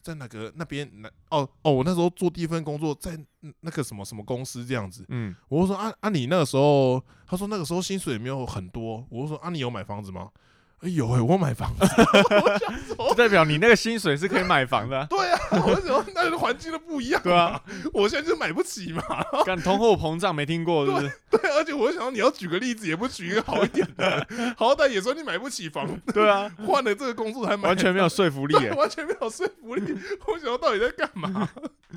在那个那边那哦哦，我那时候做第一份工作在嗯那个什么什么公司这样子。”
嗯，
我就说：“啊啊，你那个时候？”他说：“那个时候薪水也没有很多。”我就说：“啊，你有买房子吗？”哎有哎、我买房子。 我想
就
说，，
代表你那个薪水是可以买房的啊
对啊，我想说那个环境都不一样。
对啊，
我现在就买不起嘛。
干通货膨胀没听过是不是？
对，啊而且我想你要举个例子，也不举一个好一点的， 好歹也说你买不起房
对啊，
换了这个工作还买
完全没有说服力耶
对， 完全没有说服 力。我想到底在干嘛，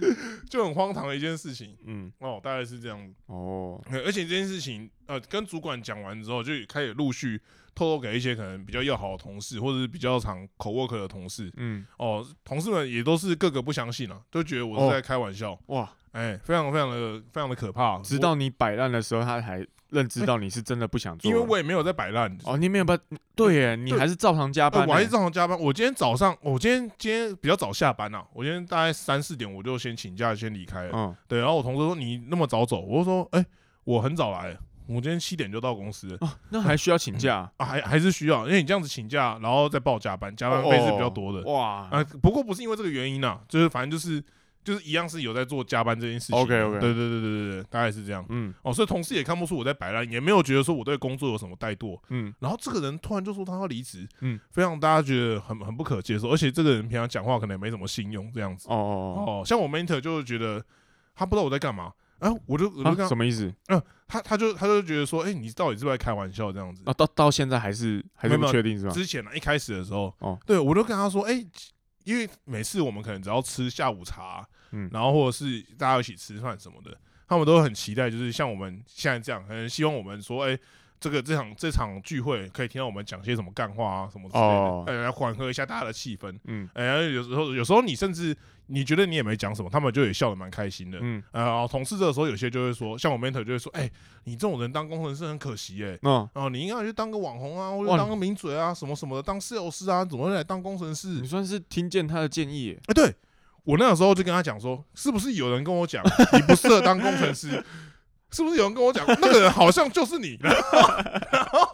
就很荒唐的一件事情
嗯，
哦，大概是这样。
哦，
呃而且这件事情，呃，跟主管讲完之后，就开始陆续透露给一些可能比较要好的同事，或者是比较常口 work 的同事。
嗯，
哦，同事们也都是个个不相信啊，都觉得我
哦
是在开玩笑。
哇，
哎、非常非常的非常的可怕。
直到你摆烂的时候，他还认知到你是真的不想
我
做
因
了，
为我也没有在摆烂，
哦，你没有把对耶，你还是照常加
呃
班耶，欸
我还是正常加班。我今天早上，我今天今天比较早下班啊，我今天大概三四点我就先请假，先离开了。
嗯，
对，然后我同事说你那么早走，我就说哎、我很早来，我今天七点就到公司了
哦，那还需要请假，
啊，还还是需要，因为你这样子请假，然后再报加班，加班费是比较多的、
哦哇，
啊。不过不是因为这个原因啊，就是反正就是就是一样是有在做加班这件事情。啊
OK，OK
对对对对对对，大概是这样。
嗯
哦，所以同事也看不出我在摆烂，也没有觉得说我对工作有什么怠惰。
嗯，
然后这个人突然就说他要离职，
嗯
嗯，非常大家觉得很很不可接受，而且这个人平常讲话可能也没什么信用，这样子。
哦哦
哦，像我 mentor 就是觉得他不知道我在干嘛，然、后我就我
哦
就跟
啊，
他
什么意思？
他他就他就觉得说，哎、你到底是不是在开玩笑这样子？
啊，到到现在还是还是
没
不
有
确定是吧？
之前呢、一开始的时候，
哦
对我就跟他说，哎、因为每次我们可能只要吃下午茶，
嗯
然后或者是大家一起吃饭什么的，他们都很期待，就是像我们现在这样，很希望我们说，哎、这个这场这场聚会可以听到我们讲些什么干话啊什么之类的，
哦
哎来缓和一下大家的气氛。
嗯
哎、然后有时候有时候你甚至你觉得你也没讲什么，他们就也笑得蛮开心的。
嗯，
呃，同事这个时候有些就会说，像我 mentor 就会说，哎、你这种人当工程师很可惜哎、
哦，
哦、你应该去当个网红啊，或者
哇
当个名嘴啊，什么什么的，当 sales 啊，怎么会来当工程师？
你算是听见他的建议耶，
哎、对我那个时候就跟他讲说，是不是有人跟我讲你不适合当工程师？是不是有人跟我讲那个人好像就是你？ 然后，然后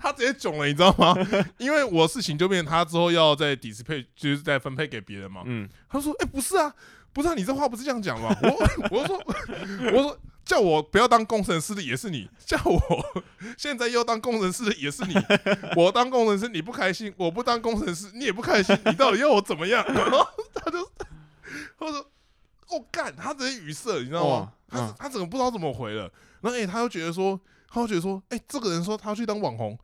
他直接囧了，你知道吗？因为我的事情就变成他之后要再 display，就是再分配给别人嘛。
嗯，
他说：“哎、不是啊，不是啊，你这话不是这样讲吧？” 我我就说我就说叫我不要当工程师的也是你，叫我现在要当工程师的也是你。我当工程师你不开心，我不当工程师你也不开心，你到底要我怎么样？ 然后他就他说：“哦，干，他直接语塞，你知道吗？
哇
啊他
嗯
他整个不知道怎么回了。然后哎、他又觉得说，他又觉得说，哎、这个人说他要去当网红，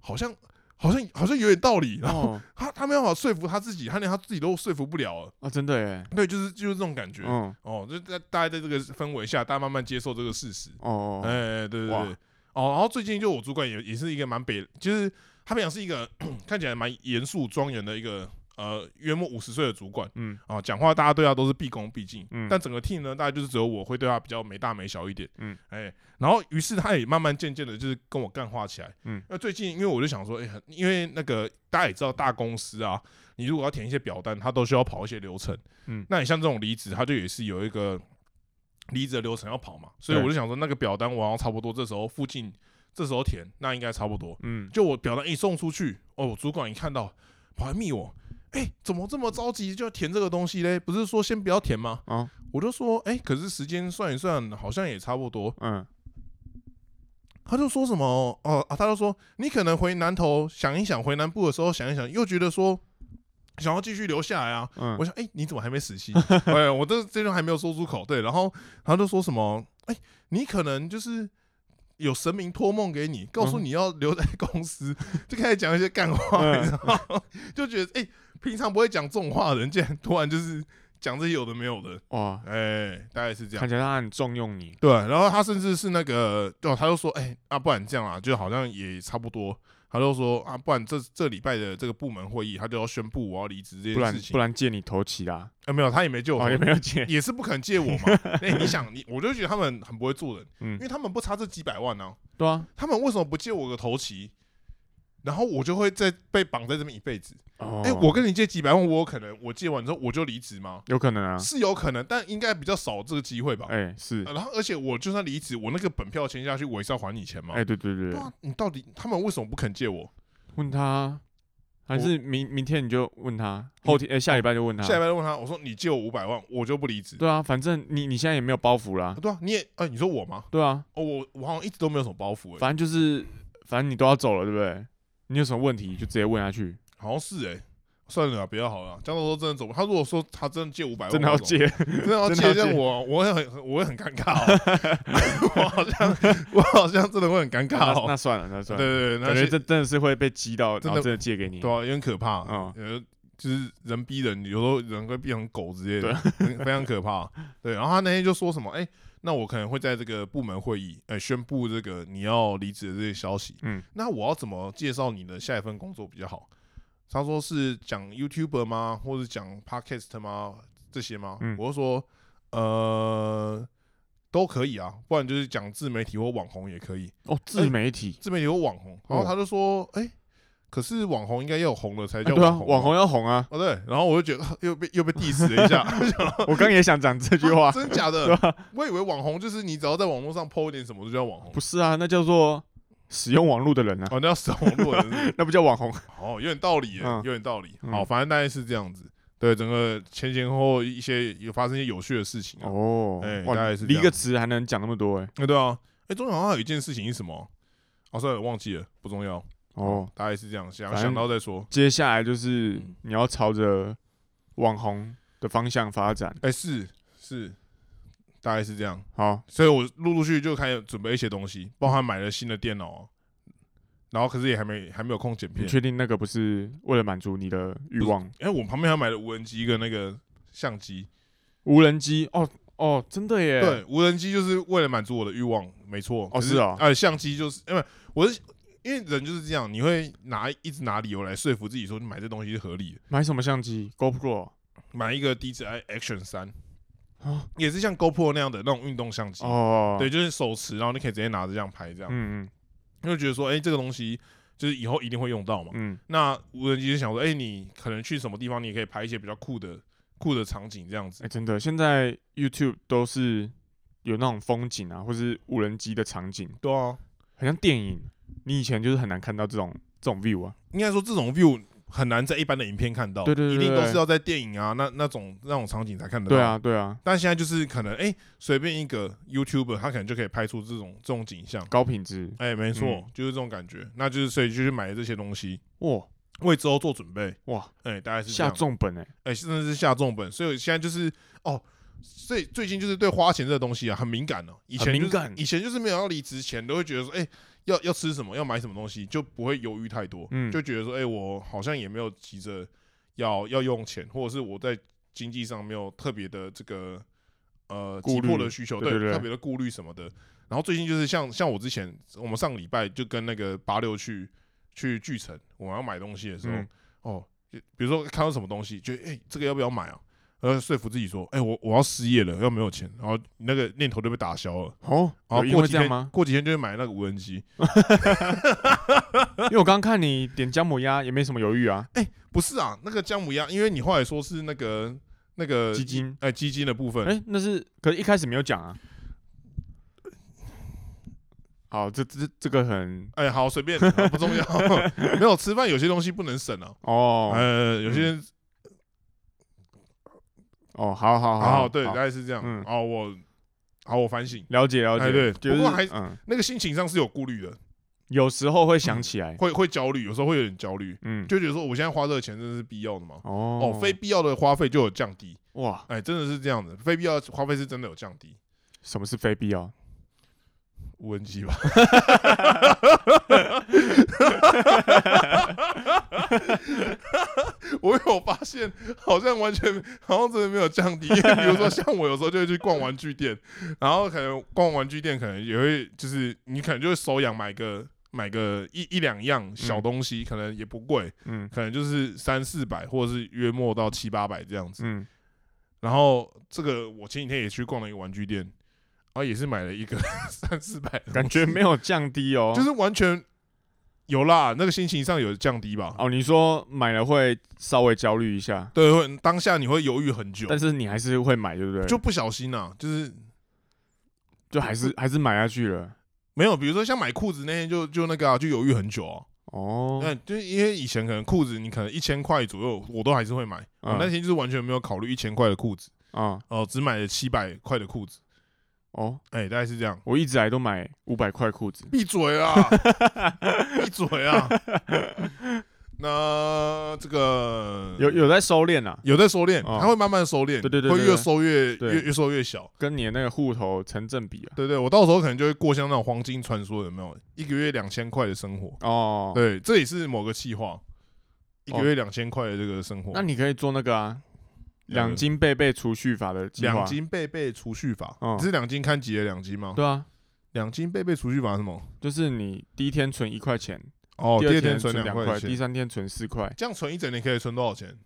好像好像好像有点道理。然后
哦，
他他没办法说服他自己，他连他自己都说服不了了。”
啊，真 的耶，
对，就是就是这种感觉。
嗯，
哦，就在大家在这个氛围下，大家慢慢接受这个事实。
哦，
哎、对对
哇
对。哦，然后最近就我主管也也是一个蛮北，就是他平常是一个 看起来蛮严肃庄严的一个呃约莫五十岁的主管
嗯
啊，讲、话大家对他都是毕恭毕敬，
嗯
但整个 team 呢，大概就是只有我会对他比较没大没小一点，
嗯，
哎、然后于是他也慢慢渐渐的就是跟我干话起来，
嗯，
那最近因为我就想说，哎、很因为那个大家也知道大公司啊，你如果要填一些表单，他都需要跑一些流程，
嗯
那你像这种离职，他就也是有一个离职的流程要跑嘛，所以
对
我就想说，那个表单我好像差不多这时候附近这时候填，那应该差不多。
嗯，
就我表单一送出去，哦，我主管一看到跑来密我，哎、怎么这么着急就要填这个东西嘞？不是说先不要填吗？
哦，
我就说，哎、可是时间算一算，好像也差不多。
嗯，
他就说什么，哦、啊，他就说你可能回南头想一想，回南部的时候想一想，又觉得说想要继续留下来啊，
嗯
我，想，哎、你怎么还没死心？ 哎，我这这段还没有说出口。对，然后他就说什么，哎、你可能就是有神明托梦给你，告诉
嗯
你要留在公司， 就开始讲一些干话，
嗯
你知道吗？ 就觉得，哎、平常不会讲这种话的人，竟然突然就是讲这些有的没有的，
哇，
哎、大概是这样。
看起来他很重用你，
对，然后他甚至是那个，就他就说，哎、啊，不然这样啊，就好像也差不多。他就说啊，不然这这礼拜的这个部门会议，他就要宣布我要离职这
不
件
然
事情。
不然借你头起啦，
哎，没有，他也没救我
哦，也没有借，
也是不肯借我 嘛。哎、你想，你我就觉得他们很不会做人，
嗯
因为他们不差这几百万呢、
对啊，
他们为什么不借我个头期？然后我就会再被绑在这边一辈子。
哦
哎、我跟你借几百万，我有可能我借完之后我就离职吗？
有可能啊，
是有可能，但应该比较少这个机会吧。
哎，是，
呃然后，而且我就算离职，我那个本票签下去，我也是要还你钱嘛。
哎，对对对
对，啊，你到底他们为什么不肯借我？
问他，还是明明天你就问他，后天哎下礼拜就问他，
嗯下礼拜就问他，我说你借我五百万，我就不离职。
对啊，反正你你现在也没有包袱啦
啊，对啊，你也哎、你说我吗？
对啊，
哦，我我好像一直都没有什么包袱、哎，
反正就是，反正你都要走了，对不对？你有什么问题就直接问下去，
好像是哎、算了啦，不要好了啦。江到时候真的走不，他如果说他真的借五百万，
真的要
哎我走，
借，
真的要
真的
借，
要
这样
借
我我会很我会很尴尬、哦， 我好像我好像真的会很尴尬、
那那
哦。
算了，那
对
算了，
对对，
感
那
觉
些
这真的是会被激到，
真的
然后真的借给你，
对啊，有点可怕。
嗯
呃，就是人逼人，有时候人会变成狗之类的，
对
很 非常可怕。啊对，然后他那天就说什么，哎、那我可能会在这个部门会议，哎、宣布这个你要离职的这些消息。
嗯，
那我要怎么介绍你的下一份工作比较好？他说是讲 YouTuber 吗，或者讲 Podcast 吗？这些吗？
嗯
我就说，呃，都可以啊，不然就是讲自媒体或网红也可以。
哦，自媒体，
自媒体或网红，然后
哦
他就说，哎、可是网红应该要有红了才
哎
叫
对啊，
红、
网红要红啊，
哦，对，然后我就觉得又被又被 diss 了一 下，
我刚也想讲这句 话，
真假的？我以为网红就是你只要在网络上 PO 一点什么就叫网红
不，是啊，那叫做使用网络的人啊，
哦，那要死网络人是不是
那不叫网红，
哦，有点道理耶，
嗯
有点道理。
嗯
好，反正大概是这样子。对，整个前前后后一些有发生一些有趣的事情啊。
哦
哎，大
哇，
概是这
离
样
个词还能讲那么多，哎，
哎，对啊，哎，中间好像有一件事情是什么？哦，算了，忘记了，不重要。
哦，，
大概是这样，想
反正
想到再说。
接下来就是
嗯
你要朝着网红的方向发展，
哎，是是，大概是这样。
好，
所以我陆陆续续就开始准备一些东西，包含买了新的电脑啊，然后可是也还没还没有空剪
你
片。
确定那个不是为了满足你的欲望？
哎、我旁边还买了无人机跟那个相机。
无人机哦哦，真的耶！
对，无人机就是为了满足我的欲望，没错。
哦
可
是哦
呃，相机就是，因为我是因为人就是这样，你会拿一直拿理由来说服自己说你买这东西是合理的。
买什么相机？GoPro
买一个 DJI Action 三
哦，
也是像 GoPro 那样的那种运动相机，
哦，
对，就是手持，然后你可以直接拿着这样拍，这样，
嗯，
因为觉得说，哎，这个东西就是以后一定会用到嘛
嗯。嗯
那无人机就想说，哎，你可能去什么地方，你也可以拍一些比较酷的酷的场景这样
哎、
子。
真的，现在 YouTube 都是有那种风景啊，或是无人机的场景，
对啊，
很像电影。你以前就是很难看到这种这种 view 啊。
应该说这种 view 很难在一般的影片看到，
对对对
一定
对
都是要在电影啊那那种那种场景才看得到。
对，啊，对啊，
但现在就是可能，哎、随便一个 YouTuber 他可能就可以拍出这种这种景象。
高品质
哎、没错，
嗯
就是这种感觉。那就是所以就去买这些东西，
哇
为之后做准备。
哇，
哎、大概是这
下
样。
重本哎、
哎、真的是下重本。所以我现在就是哦，最最近就是对花钱这个东西啊很敏感哦、以前、就是、
很敏感
以前就是没有要离职前都会觉得说，哎、要要吃什么，要买什么东西，就不会犹豫太多，
嗯
就觉得说，哎、我好像也没有急着要要用钱，或者是我在经济上没有特别的这个呃
顾
急
虑
迫的需求，
对对对
特别的顾虑什么的。然后最近就是像像我之前，我们上礼拜就跟那个八六去去巨城，我们要买东西的时候，
嗯
哦，就比如说看到什么东西，觉得哎、诶这个要不要买啊？然后说服自己说，哎、我我要失业了，要没有钱，然后那个念头就被打消了。
哦，
然后
有因
过
为
几
这样
天
吗？
过几天就会买那个无人机，
因为我刚刚看你点姜母鸭也没什么犹豫啊，
不是啊，那个姜母鸭，因为你后来说是那个那个
鸡精
哎、鸡精的部分，
哎、那是可是一开始没有讲啊。好，哦这这这个很
哎、好随便，好不重要， 没有吃饭有些东西不能省啊，
哦、
呃，有些
哦，好好
好
好，
对，大概是这样，
嗯
哦，我好我反省，
了解了解，
哎对
就是
不过还
嗯，
那个心情上是有顾虑的，
有时候会想起来，
会会焦虑，有时候会有点焦虑，
嗯，
就觉得说我现在花这个钱真的是必要的吗？哦，
哦
非必要的花费就有降低，
哇，
哎，真的是这样子，非必要的花费是真的有降低。
什么是非必要？
无人机吧， 我有发现，好像完全好像真的没有降低。因为比如说，像我有时候就会去逛玩具店， 然后可能逛玩具店，可能也会就是你可能就会手痒买个买个一一两样小东西，可能也不贵，
嗯
可能就是三四百，或者是约莫到七八百这样子。
嗯，
然后这个我前几天也去逛了一个玩具店，然后也是买了一个 三四百的东西，
感觉没有降低哦，
就是完全有啦，那个心情上有降低吧。
哦，你说买了会稍微焦虑一下，
对，会当下你会犹豫很久，
但是你还是会买，对不对？
就不小心啊，就是
就还是还是买下去了。
没有，比如说像买裤子那天就就那个啊，就犹豫很久啊。
哦，
那、就是因为以前可能裤子你可能一千块左右，我都还是会买。我
嗯
那天就是完全没有考虑一千块的裤子，
啊、
哦、只买了七百块的裤子，
哦，
哎、大概是这样。
我一直来都买五百块裤子，
闭嘴啊！ 闭嘴啊！那这个
有有在收敛啊，
有在收敛，
哦
它会慢慢收敛，
对对对
会
对
越
对
收越
对
越越收越小。
跟你的那个户头成正比啊。
对对，我到时候可能就会过像那种黄金传说，有没有？一个月两千块的生活，
哦，
对，这也是某个计划，一个月两千块的这个生活。
那你可以做那个啊，
两个
两金贝贝储蓄法的计划
两，金贝贝储蓄法，
嗯
你是两金看几的两金吗？
对啊，
两金贝贝储蓄法是什么？
就是你第一天存一块钱，
哦，第二
天
天存
两
块
第
钱，
三天存四块，
这样存一整年可以存多少钱？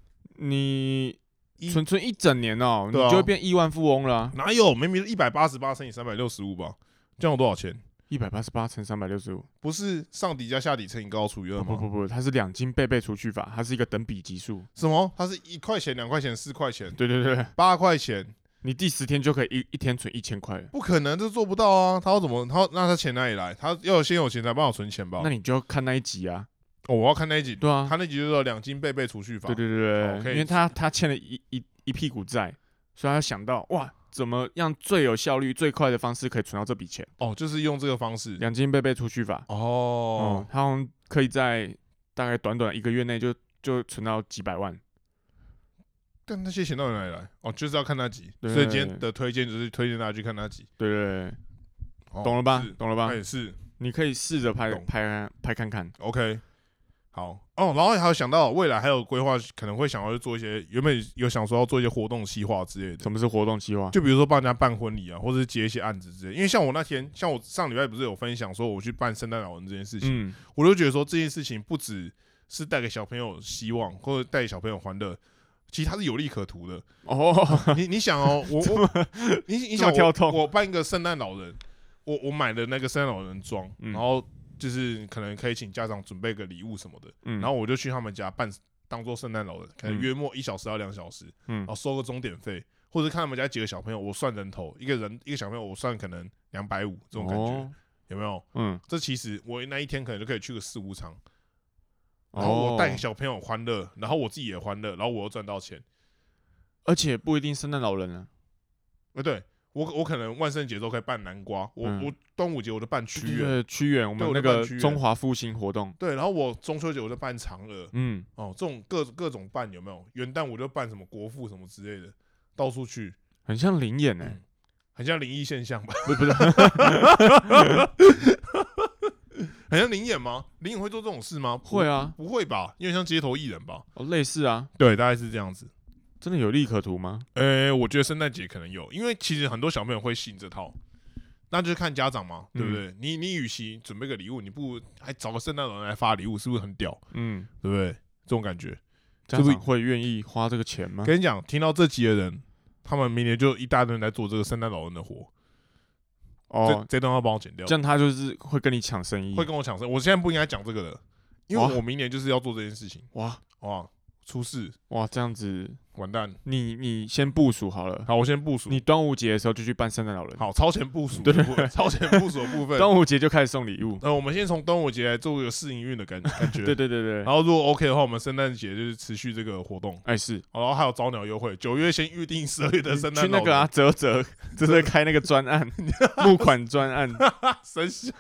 你
一
存存一整年哦，你
对啊
就会变亿万富翁了啊、
哪有？明明一百八十八乘以三百六十五吧，这样有多少钱？
一百八十八乘三百六十五，
不是上底加下底乘以高除以二
不不
吗？
不不，它是两金贝贝除去法，它是一个等比级数。
什么？它是一块钱、两块钱、四块钱、
对对对，
八块钱？
你第十天就可以一一天存一千块了，
不可能，这做不到啊！他要怎么？他要那他钱哪里来？他要先有钱才帮我存钱吧？
那你就要看那一集啊。
哦，我要看那一集，
对啊
他，那集就叫两金贝贝储蓄法。
对对对
好
对，
可以
因为他他欠了一一一屁股债，所以他要想到哇，怎么样最有效率、最快的方式可以存到这笔钱？
哦，就是用这个方式。
两金贝贝除去法，哦、
哦，
他好像可以在大概短短一个月内就就存到几百万。
但那些钱到底哪里来？哦，就是要看那集。
对
所以今天的推荐就是推荐大家去看那集。
对对
哦
对，懂了吧
是？
懂了吧？
哎，是
你可以试着拍
懂
拍拍看看。
OK，好哦，然后还有想到未来还有规划，可能会想要去做一些原本有想说要做一些活动计划之类的，
什么是活动计划？
就比如说帮人家办婚礼啊，或者是接一些案子之类的因为像我那天，像我上礼拜不是有分享说我去办圣诞老人这件事情，
嗯，
我就觉得说这件事情不只是带给小朋友希望，或者带给小朋友欢乐，其实它是有利可图 的。
哦，
你你想哦，我我你你想
这么跳
我
痛
我办一个圣诞老人，我我买的那个圣诞老人装，
嗯
然后就是可能可以请家长准备个礼物什么的，
嗯，
然后我就去他们家扮当做圣诞老人，可能
嗯
约莫一小时到两小时，
嗯
然后收个钟点费，或者看他们家几个小朋友，我算人头，一个人一个小朋友我算可能两百五这种感觉，
哦
有没有？
嗯，
这其实我那一天可能就可以去个四五场，然后
哦
我，带给小朋友欢乐，然后我自己也欢乐，然后我又赚到钱。
而且不一定圣诞老人啊，
哎，对我我可能万圣节都可以办南瓜，我、
嗯
我端午节我就办屈原，
呃，屈原，我们
对我
那
就办
个
屈原
中华复兴活动，
对，然后我中秋节我就办嫦娥，
嗯，
哦，这种各各种办有没有？元旦我就办什么国父什么之类的，到处去，
很像灵眼哎，
嗯很像灵异现象吧？
不不是，
很像灵眼吗？灵眼会做这种事吗？不
会，啊，
不会吧？因为像街头艺人吧？
哦，类似啊，
对，大概是这样子。
真的有利可图吗？
诶、我觉得圣诞节可能有，因为其实很多小朋友会信这套，那就是看家长嘛，
嗯
对不对？你你与其准备个礼物，你不如还找个圣诞老人来发礼物，是不是很屌？
嗯，
对不对？这种感觉。
家
这不
长会愿意花这个钱吗？
跟你讲，听到这集的人，他们明年就一大堆人来做这个圣诞老人的活，这
哦，
这段要帮我剪掉
这，样他就是会跟你抢生意
会，跟我抢生。我现在不应该讲这个的，因为
哇
我明年就是要做这件事情。
哇
哇，出事
哇，这样子，
完蛋！
你你先部署好了，
好，我先部署。
你端午节的时候就去办圣诞老人，
好，超前部署的部分，超前部署的部 分。
端午节就开始送礼物，
呃，我们先从端午节来做一个试营运的 感感觉。
对对对对，
然后如果 OK 的话，我们圣诞节就是持续这个活动，
哎是，
然后还有早鸟优惠，九月先预定十二月的圣
去
诞
那
老
个啊，
人，
泽泽，就是开那个专案，募款 专案，
生肖，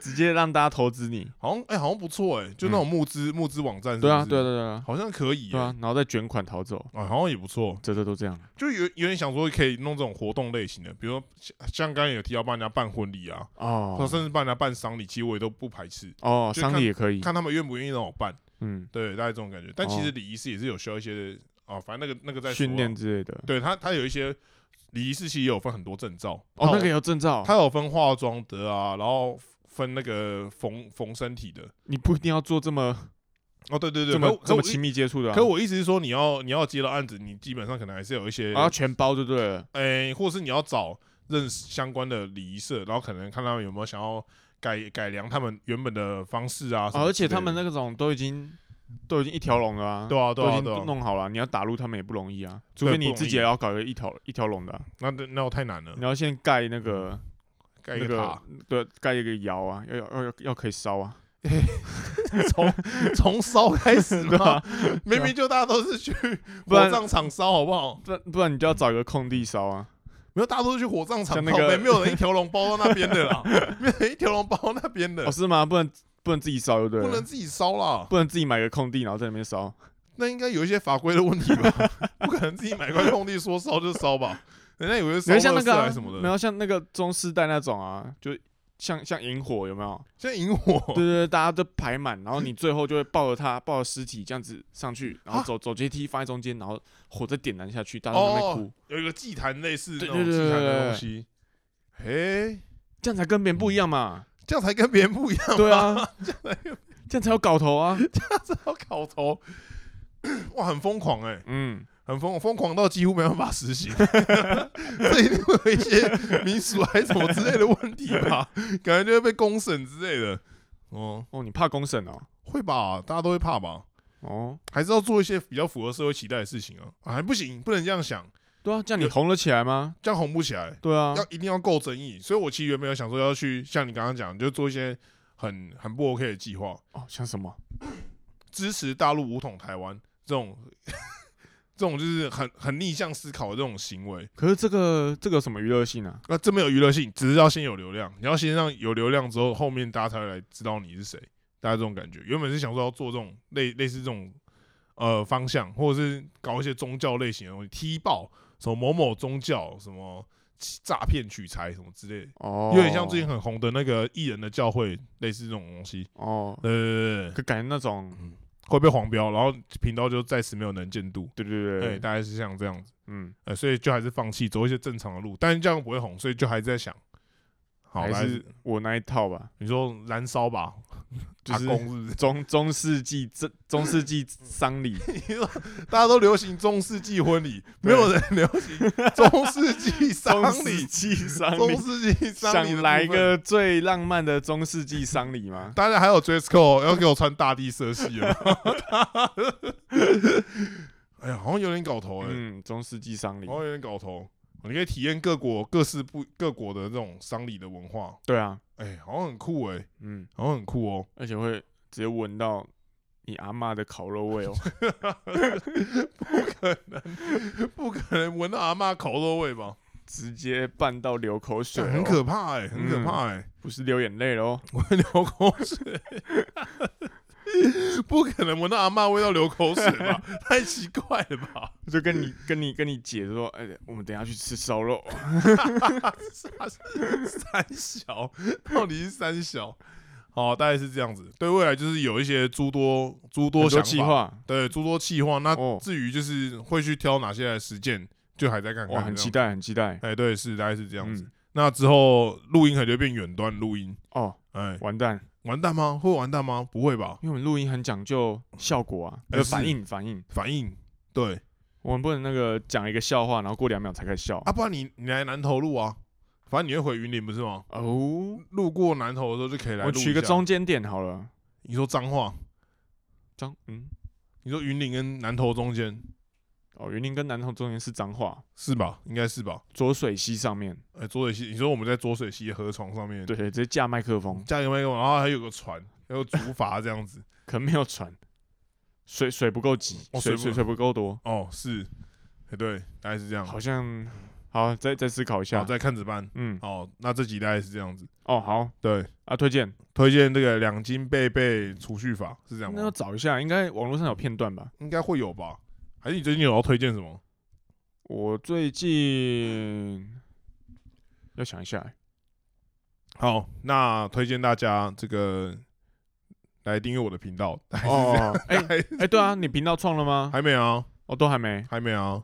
直接让大家投资你。
好像哎、好像不错哎、就那种募资、募资网站是不
嗯对
是，
啊，对啊，对啊，
好像可以、
对
欸，
啊，然后再卷款逃走，
啊，好像也不错，
泽泽都这样。
就有有点想说可以弄这种活动类型的，比如说像像刚刚有提到帮人家办婚礼啊，或者
哦
甚至帮人家办丧礼，其实我也都不排斥，
哦，
就
丧
看
礼也可以，
看他们愿不愿意让我办，
嗯，
对，大概这种感觉。但其
哦
实礼仪师也是有需要一些啊，反正那个那个在
训练，之类的。
对他他有一些礼仪师其实也有分很多证照，
哦，那个
有。
也要证照，
它有分化妆的啊，然后分那个缝缝身体的。
你不一定要做这么
哦，对对对，
这
可
么
我
这
可
么
我
亲密接触的啊，
可我意思是说，你要你要接到案子，你基本上可能还是有一些
然，后全包就对了。
哎，或是你要找认识相关的礼仪社，然后可能看他们有没有想要改改良他们原本的方式啊。什
哦
么
而
之
且
类的
他们那个种都已经都已经一条龙了啊，
对啊对
都已
啊
经
对啊，
弄好了，你要打入他们也不容易啊，除
对
非
不
你
容
自己
易
也要搞一个一条一条龙的啊，
那那那我太难了
你，要先盖那个
嗯盖一
那
个塔，
对，盖一个窑啊，要要要要可以烧啊，
从 从烧开始
对啊吧
嘛，？明明就大家都是去
不
火
然
葬场烧，好不好？
不然不然你
嗯
就要找一个空地烧啊。
没有，大家都是去火葬场
像那
靠
个
北，没有人一条龙包到那边的 啦，没有人一条龙包到那边的
哦，，是吗？不能不能自己烧就对了，
不能自己烧啦。
不能自己买个空地然后在那边烧。
那应该有一些法规的问题 吧？不可能自己买块空地说烧就烧吧？人家以为
你
烧
看像那个
垃圾
啊、
还是什么
没
的，
有像那个中世代那种啊，就像像萤火有没有？
现在引火
对对对，大家都排满，然后你最后就会抱着它，抱着尸体这样子上去，然后
啊
走走阶梯放在中间，然后火再点燃下去，大家都在啊那边哭，
哦，有一个祭坛类似那
对
种
对对
祭坛
对对
的
对
东西，诶，
这样才跟别人不一样嘛。
这样才跟别人不一嗯样，
对啊，这样才有搞头啊。
这要烤头， 哇，很疯狂哎、
嗯，
很疯疯狂到几乎没办法实行， 这一定会有一些民俗还是什么之类的问题吧？感觉就会被公审之类的。哦，
哦，你怕公审哦？
会吧？大家都会怕吧？
哦，
还是要做一些比较符合社会期待的事情啊！啊，还不行，不能这样想，
对啊，这样你
有
红了起来吗？
这样红不起来，
对啊，
要一定要够争议。所以我其实原本有想说要去像你刚刚讲，就做一些很很不 OK 的计划，
哦，像什么？
支持大陆武统台湾这种 这种就是很很逆向思考的这种行为。
可是这个这个有什么娱乐性啊？
那这没有娱乐性，只是要先有流量。你要先让有流量之后，后面大家才会来知道你是谁，大家这种感觉。原本是想说要做这种类类似这种呃方向，或者是搞一些宗教类型的东西，踢爆什么某某宗教，什么诈骗取财什么之类的，
哦，
有点像最近很红的那个艺人的教会，类似这种东西。
哦，
对对对对，
可感觉那种，
会被黄标，然后频道就暂时没有能见度。
对对
对，
对，
大概是像这样子。
嗯，
呃，所以就还是放弃走一些正常的路，但是这样不会红，所以就还是在想，好，
还
大概
是我那一套吧。
你说燃烧吧，
就
阿公
是
是不是？
中中世纪这中世纪丧礼，
你说 大家都流行中世纪婚礼，没有人流行中世纪丧
中世
礼。
纪丧
中
礼，
世纪丧礼的
想
部
来
分
个最浪漫的中世纪丧礼 吗？
大家还有 dress code 要给我穿大地色系了。 哎呀，好像有点搞头哎、
嗯，中世纪丧礼
好，像有点搞头。你可以体验各国各式不各国的这种丧礼的文化，
对啊，
哎、好像很酷哎、
嗯，
好像很酷哦、
而且会直接闻到你阿嬷的烤肉味哦，
不可能闻到阿嬷烤肉味吧？
直接拌到流口水哦，
很可怕哎、很可怕哎、
不是流眼泪哦喽，
我会 流口水。不可能闻到阿嬷味道流口水 吧？太奇怪了吧？
就跟你跟你跟你姐说，哎、我们等一下去吃烧 肉，
傻三小到底是三小？好，大概是这样子。对未来就是有一些诸多诸多
很多
想
计
法，
划，
对诸多计划。那
哦
至于就是会去挑哪些来实践，就还在看
哇，
看。
很
这
期
样。
待，很期待，
哎，对，是大概是这样子
嗯。
那之后录音可能就变远端录音。
哦，
哎，
完蛋，
完蛋吗？会完蛋吗？不会吧？
因为我们录音很讲究效果啊，
哎
呃，
是
反应反应，
反应对
我们不能那个讲一个笑话，然后过两秒才开始笑，
啊，不然你你来南投录啊，反正你会回云林不是吗？
哦，
路过南投的时候就可以来
我
录
取一个
下，
中间点好了，
你说脏话，
张嗯。
你说云林跟南投中间
哦，云林跟南投中间是彰化，
是吧？应该是吧？
浊水溪上面，
哎、浊水溪，你说我们在浊水溪的河床上面，
对，直接架麦克风，
加一个麦克风，然后还有个船，还有竹筏这样子。
可能没有船，水水不够急，
哦水
水
不
水水不够多，
哦，是，哎、对，大概是这样。
好像好，再再思考一
好，
下。
再看着办。
嗯，
哦，那这集大概是这样子。
哦，好
对，
啊，推荐
推荐这个两金贝贝储蓄法是这样
那要
吗？
找一下，应该网络上有片段吧？
应该会有吧？还是你最近有要推荐什么？
我最近要想一下欸，
好，那推荐大家这个来订阅我的频道。大概是这样
哦，哎
大概
哎，对啊，你频道创了吗？
还没啊，
哦，都还没，
还没啊，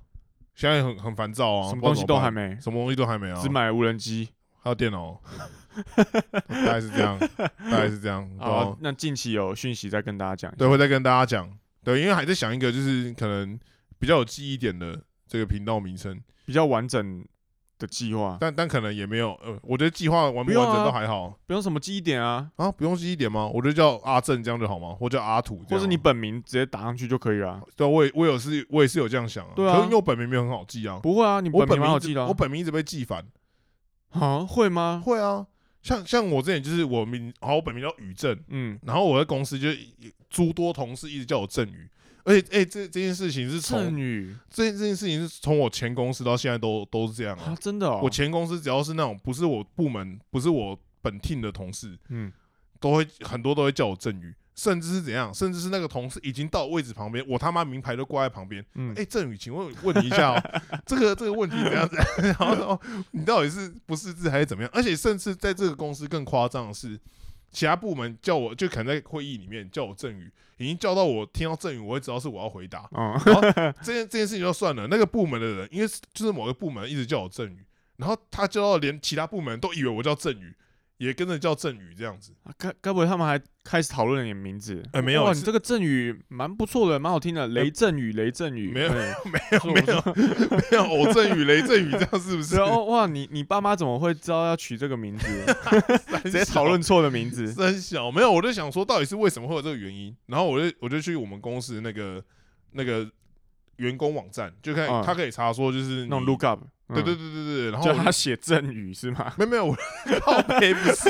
现在很很烦躁啊，
什么东西都还
没，
没，
什么东西都还没啊，
只买无人机。
还有电 脑，大概是这样，大概是这样，对
好
啊，
那近期有讯息再跟大家讲一下。
对，会再跟大家讲，对，因为还在想一个就是可能比较有记忆点的这个频道名称，
比较完整的计划，
但但可能也没有，呃，我觉得计划完不
不用啊
完整都还好
不用什么记忆点啊，
啊，不用记忆点吗？我觉得叫阿正这样就好吗？或叫阿土这
或
样，
者你本名直接打上去就可以了啊。
对啊，我也我有是，我也是有这样想啊，
对啊
可是因为我本名没有很好记啊，
不会啊，你
我
本
本名
名蛮好
一直
记的啊
我。本名一直被记反。
啊，会吗？
会啊，像像我之前就是我名，好，我本名叫宇正，
嗯，
然后我在公司就诸多同事一直叫我正宇，而且哎、这这件事情是
郑
从
宇
这件这件事情是从我前公司到现在都都是这样啊
啊，。真的哦
我。前公司只要是那种不是我部门不是我本 team 的同事，
嗯，
都会很多都会叫我正宇，甚至是怎样，甚至是那个同事已经到位置旁边，我他妈名牌都挂在旁边，
嗯。
哎、郑宇，请问问你一下、哦，这个这个问题怎样？ 然后说你到底是不识字还是怎么样？而且甚至在这个公司更夸张的是，其他部门叫我就可能在会议里面叫我郑宇，已经叫到我听到郑宇，我会知道是我要回答
哦，
然后这件这件事情就算了，那个部门的人，因为就是某个部门一直叫我郑宇，然后他叫到连其他部门都以为我叫郑宇，也跟着叫郑宇这样子。
该该不会他们还开始讨论你的名字？
哎没有
哇，
是
你这个郑宇蛮不错的，蛮好听的，雷震宇，雷震宇，
没有
哎
没
是
有
我
没有没有偶阵雨雷阵雨这样是不是？
对啊哦，哇，你你爸妈怎么会知道要取这个名字？
直
直接讨论错的名字。
真小没有，我就想说到底是为什么会有这个原因，然后我就我就去我们公司那个那个员工网站，就看、
嗯
他可以查说就是
那种
你
look up，嗯
对对，对对对，然后
就
我就
他写郑宇是吗？
没有没有，我靠北不 是，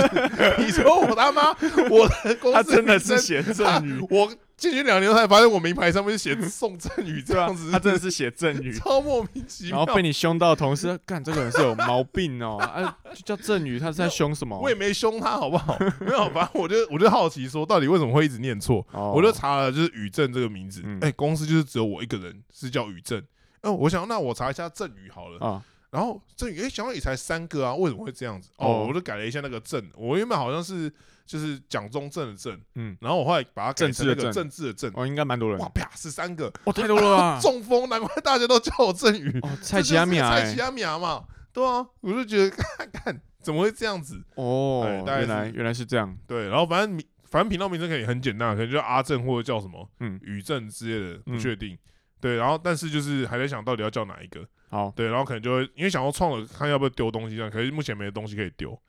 你说我他妈我的公司
他真的
名
是
称
写郑宇
他，我进去两年后才发现我名牌上面写宋振宇这
对啊
样子，，
他真的是写郑宇，
超莫名其
然
妙
后。被你凶到的同事，干这个人是有毛病哦、啊，就叫郑宇，他是在凶什么？
我也没凶他，好不好？ 没有，反正我就我就好奇说，到底为什么会一直念错？
哦
我就查了，就是宇正这个名字，哎、
嗯
公司就是只有我一个人是叫宇正。哦、我想那我查一下振宇好了，
啊，
然后振宇，哎、想到也才三个啊，为什么会这样子？
哦
哦，我就改了一下那个正，我原本好像是就是蒋中正的正，
嗯
嗯，然后我后来把它改成那个
政
政治的正，
哦，应该蛮多人
哇，，啪，十三个，
哦，太多了啊，
中风，难怪大家都叫我振宇，
哦，蔡奇亚米亚
这就是蔡
欸
奇，亚米亚嘛，对啊，我 就觉得看看怎么会这样子？
哦
哎，大概
原来
是
原来是这样，
对，然后反正名反正频道名称可以很简单，可能就叫阿正或者叫什么
嗯
宇正之类的，
嗯
不确定。对，然后但是就是还在想到底要叫哪一个，
好，
对，然后可能就会因为想要创了，看要不要丢东西这样，可是目前没东西可以丢，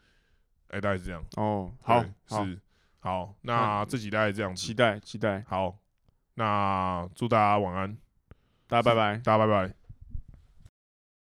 哎、大概是这样。
哦，好
对，
好，
是好，那这集大概这样
期
子，
待期待，
好，那祝大家晚安，
大家拜拜。
大家拜拜。